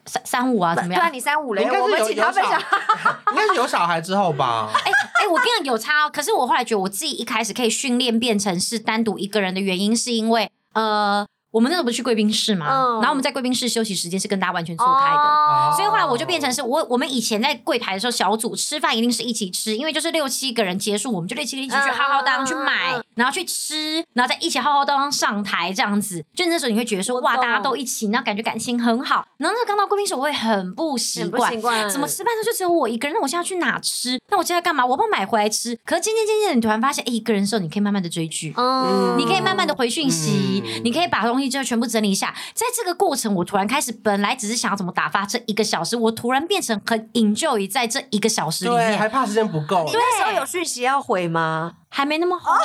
C: 三三五啊？怎么
A: 对
C: 样？
A: 啊，
C: 哎
A: 你三五
D: 应
A: 嘞，
D: 该
A: 我
D: 是
A: 们
D: 有
A: 请
D: 有
A: 他分
D: 小
A: 享。，
D: 应该是有小孩之后 吧。
C: 哎、我跟你讲有差哦。可是我后来觉得我自己一开始可以训练变成是单独一个人的原因，是因为呃，我们那时候不是去贵宾室嘛，
A: 嗯
C: 然后我们在贵宾室休息时间是跟大家完全错开的。
A: 哦
C: 所以后来我就变成是我我们以前在柜台的时候，小组吃饭一定是一起吃，因为就是六七个人结束，我们就六七个人一起去
A: 嗯
C: 浩浩荡
A: 嗯
C: 荡去买
A: 嗯，
C: 然后去吃，然后再一起浩浩荡荡上台这样子。就那时候你会觉得说
A: 我
C: 哇，
A: 懂
C: 大家都一起，然后感觉感情很好。然后那时候刚到贵宾室，我会很不习
A: 很不
C: 惯
A: 习。惯，
D: 嗯
C: 怎么吃饭的时候就只有我一个人？那我现在要去哪吃？那我现在干嘛？我要不要买回来吃？可是渐渐渐渐，你突然发现，哎、一个人的时候，你可以慢慢的追剧，
A: 嗯，
C: 你可以慢慢的回讯息，
D: 嗯
C: 你可以把东西就全部整理一下。在这个过程，我突然开始，本来只是想要怎么打发这一个小时，我突然变成很 enjoy 在这一个小时里
D: 对，
C: 面，
D: 还
C: 还
D: 怕时间不够
A: 你。那时候有讯息要回吗？
C: 没
D: 啊
C: 那么红。
A: 哎，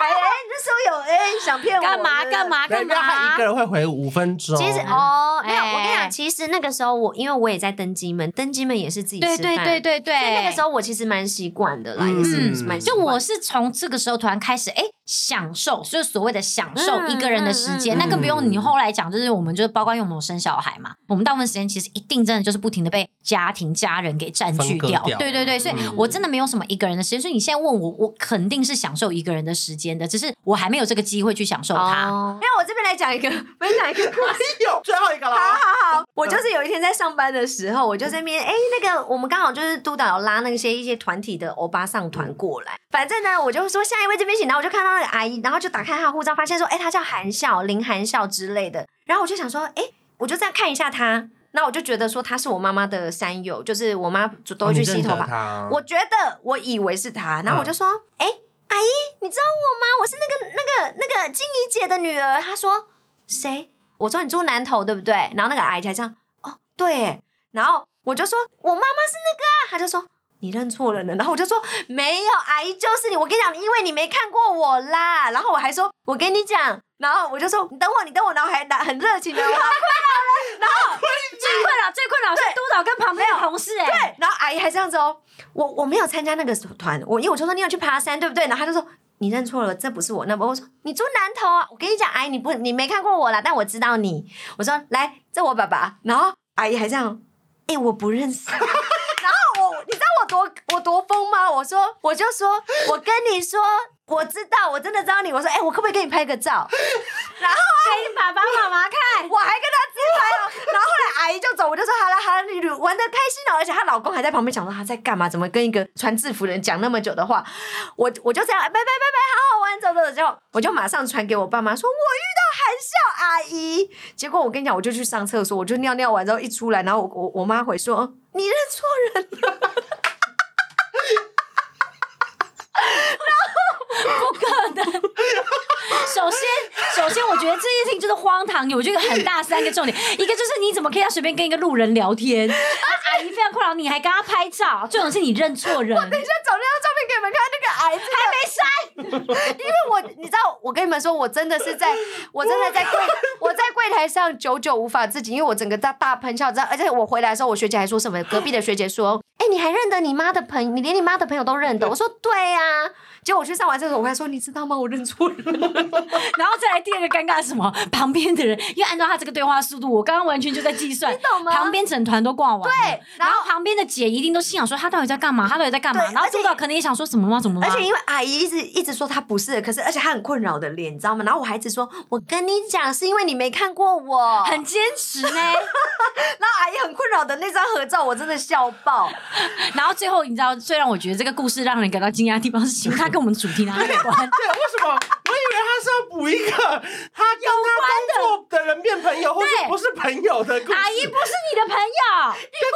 A: 哎你那时候有哎，想骗我
C: 干嘛
A: 对
C: 干嘛
D: 人
C: 干
D: 家他
C: 嘛？
D: 一个人会回五分钟，
A: 其实哦，没有，
C: 哎
A: 我跟你讲，其实那个时候我因为我也在登机门，登机门也是自己吃
C: 对
A: 饭，
C: 对对对对，
A: 所以那个时候我其实蛮习惯的啦，
D: 嗯
A: 啊也是蛮习
C: 就
A: 惯
C: 我是从这个时候突然开始，哎、享受，就是所谓的享受
A: 嗯
C: 一个人的时间。
A: 嗯嗯
C: 那更不用你后来讲，就是我们就是包括因为我们有生小孩嘛，我们大部分时间其实一定真的就是不停的被家庭、家人给占据
D: 分
C: 掉。
D: 割掉
C: 对对对，所以
D: 嗯
C: 我真的没有什么一个人的时间。所以你现在问我，我肯定是享受一个人的时间的，只是我还没有这个机会去享受它。
A: 哦，那我这边来讲一个，分享一个故事。
D: 有最后一个啦。
A: 好，我就是有一天在上班的时候，我就在那边，哎、那个我们刚好就是督导有拉那些一些团体的欧巴上团过来，反正呢，我就说下一位这边请，然后我就看到那个阿姨，然后就打开她的护照，发现说，哎、她叫韩笑，林韩笑之类的，然后我就想说，哎、我就这样看一下她，那我就觉得说她是我妈妈的山友，就是我妈都会去洗头发，
D: 吧
A: 我觉得我以为是她，然后我就说，哎、阿姨，你知道我吗？我是那个那个那个静怡姐的女儿。她说谁？我说你住南头对不对？然后那个阿姨才这样，哦，对耶。然后我就说，我妈妈是那个啊。她就说你认错人了。然后我就说没有，阿姨就是你。我跟你讲，因为你没看过我啦。然后我还说，我跟你讲。然后我就说你等我，你等我。然后还拿很热情的，我说
C: 最困扰、最困扰是督导跟旁边的同事、哎，
A: 对。然后阿姨还这样子哦，我我没有参加那个团，我因为我就说你有去爬山对不对？然后她就说。你认错了，这不是我。那我说你住南头啊，我跟你讲，阿姨你不你没看过我啦，但我知道你。我说来，这我爸爸。然后阿姨还这样，哎、我不认识。 然后我你知道我多我多疯吗？我说我就说，我跟你说，我知道，我真的知道你。我说哎、我可不可以给你拍个照？然后啊，给爸爸妈妈看，我还跟他自拍哦。然后后来阿姨就走，我就说好了好了，你玩的开心哦。而且她老公还在旁边想说她在干嘛，怎么跟一个穿制服的人讲那么久的话？我 我就这样，拜拜拜拜，好好哦玩，走走走。之后我就马上传给我爸妈说，我遇到哦含笑阿姨。结果我跟你讲，我就去上厕所，我就尿尿完之后一出来，然后我我我妈回说你认错人了。
C: 不可能，就是荒唐，有这个很大三个重 点，一个就是你怎么可以随便跟一个路人聊天，啊阿姨非常困扰，你还跟她拍照，最重要是你认错人，
A: 等一下找那张照片给你们看，那个癌症还没删，因为我你知道，我跟你们说，我真的是 在，我真的在柜，我在柜台上久久无法自己，因为我整个大大喷笑，知道，而且我回来的时候，我学姐还说什么，隔壁的学姐说，哎、你还认得你妈的朋你连你妈的朋友都认得，我说对呀、结果我去上完厕所，我还说你知道吗，我认错人了，
C: 然后再来第二个尴尬是什么？旁边的人，因为按照他这个对话速度，我刚刚完全就在计算，
A: 你懂吗
C: 旁边整团都挂完，对，然
A: 然后
C: 后旁边的姐一定都心想说他到底在干嘛？他到底在干嘛？
A: 对
C: 然后
A: 而且
C: 督导可能也想说什么吗？怎么了
A: 而
C: 吗？
A: 且因为阿姨一直一直说她不是，可是而且她很困扰的脸，你知道吗？然后我还一直说，我跟你讲，是因为你没看过我，
C: 很坚持呢，
A: 然后阿姨很困扰的那张合照，我真的笑爆。
C: 然后最后你知道，最让我觉得这个故事让人感到惊讶的地方是，请问他跟我们主题哪里有关？
D: 对，为什么？我以为他是要补一个他跟他工作的人变朋友，或
C: 对
D: 者不是朋友的故事。
C: 阿姨不是你的朋 友，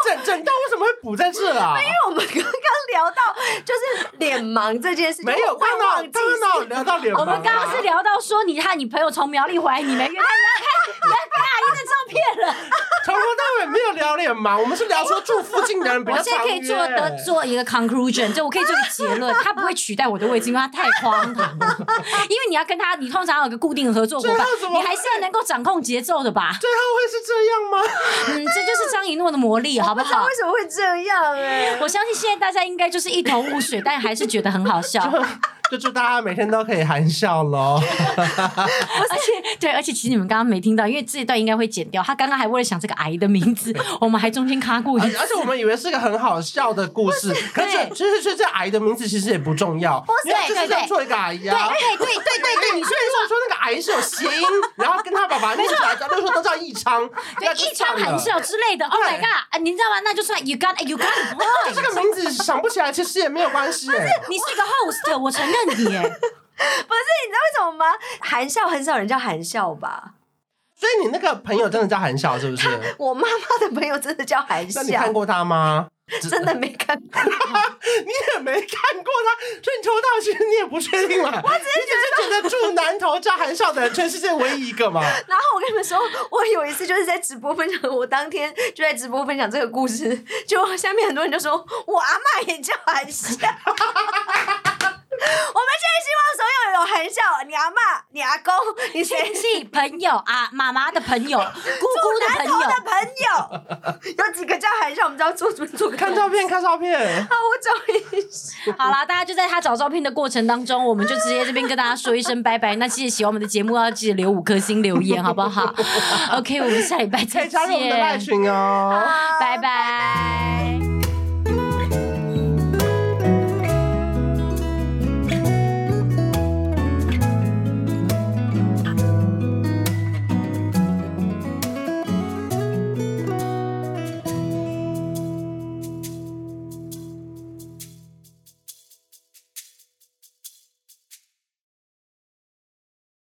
D: 跟整整段为什么会补在这啊？
A: 因为我们刚刚聊到就是脸盲这件事情，
D: 没有，
A: 我快
D: 刚
A: 忘
D: 刚
A: 记
D: 刚刚哪有聊到脸盲啊，
C: 我们刚刚是聊到说你和你朋友从苗栗回来，你没 原来你要看原来看阿姨的照片了。
D: 从头到尾没有聊脸盲，我们是聊说住附近的人比
C: 我
D: 较
C: 现在
D: 常
C: 可以做得
D: 约
C: 做一个 conclusion，就我可以做个结论，他不会取代我的位置，因为他太荒唐了。 因为你要跟他，你通常有个固定的合作伙伴
D: 这样怎，么
C: 你
D: 会
C: 还是要能够掌控节奏的 吧？
D: 最后会是这样吗？
C: 嗯，这就是张一诺的魔力，好不
A: 不知道
C: 好
A: 为？什么会这样哎、
C: 我相信现在大家应该就是一头雾 水，但还是觉得很好笑。
D: 就祝大家每天都可以含笑喽。
C: 而且对，而且其实你们刚刚没听到，因为这一段应该会剪掉。他刚刚还为了想这个阿姨的名 字，我们还中间卡过一次
D: 而而且我们以为是个很好笑的故事，可是其实其实这阿姨的名字其实也不重要，因为就是认错一个阿姨啊。
C: 对对对对 对，你
D: 所以说说那个阿姨是有谐音，然后跟他爸爸念起来，然后就说都叫义 昌，
C: 对一腔含笑之类的。Oh my
D: 对
C: god！啊，你知道吗？那就算 you got you got it。
D: 这个名字想不起来，其实也没有关系。哎
C: 你是一个 host，我承认你
A: 不是你
C: 耶。
A: 知道为什么吗？含笑很少人叫含笑吧？
D: 所以你那个朋友真的叫含笑，是不是？
A: 我妈妈的朋友真的叫含
D: 那你看
A: 笑，
D: 过他 吗？
A: 真的没看过。
D: 你也没看过他，所以你从头到尾其实你也不确定嘛。我只是觉得，觉得住南头叫韩少的人，全世界唯一一 个嘛。
A: 然后我跟你们说，我有一次就是在直播分享，我当天就在直播分享这个故事，就下面很多人就说我阿嬷也叫含 笑。我们现在希望所有有含笑，你阿嬷、你阿公、你谁
C: 亲戚、朋友啊，妈妈的朋友、姑姑
A: 住
C: 的
A: 南
C: 朋
A: 头
C: 友，
A: 的朋友，有几个叫含笑，我们知道做主做看
D: 看照片，看照片。
A: 好，我找一下。
C: 好啦，大家就在他找照片的过程当中，我们就直接这边跟大家说一声拜拜。那记得喜欢我们的节目，要记得留五颗星留言，好不好？OK，我们下礼拜
D: 可
C: 再
D: 以加入我们的赖
C: 见，
D: 群哦。
C: 拜拜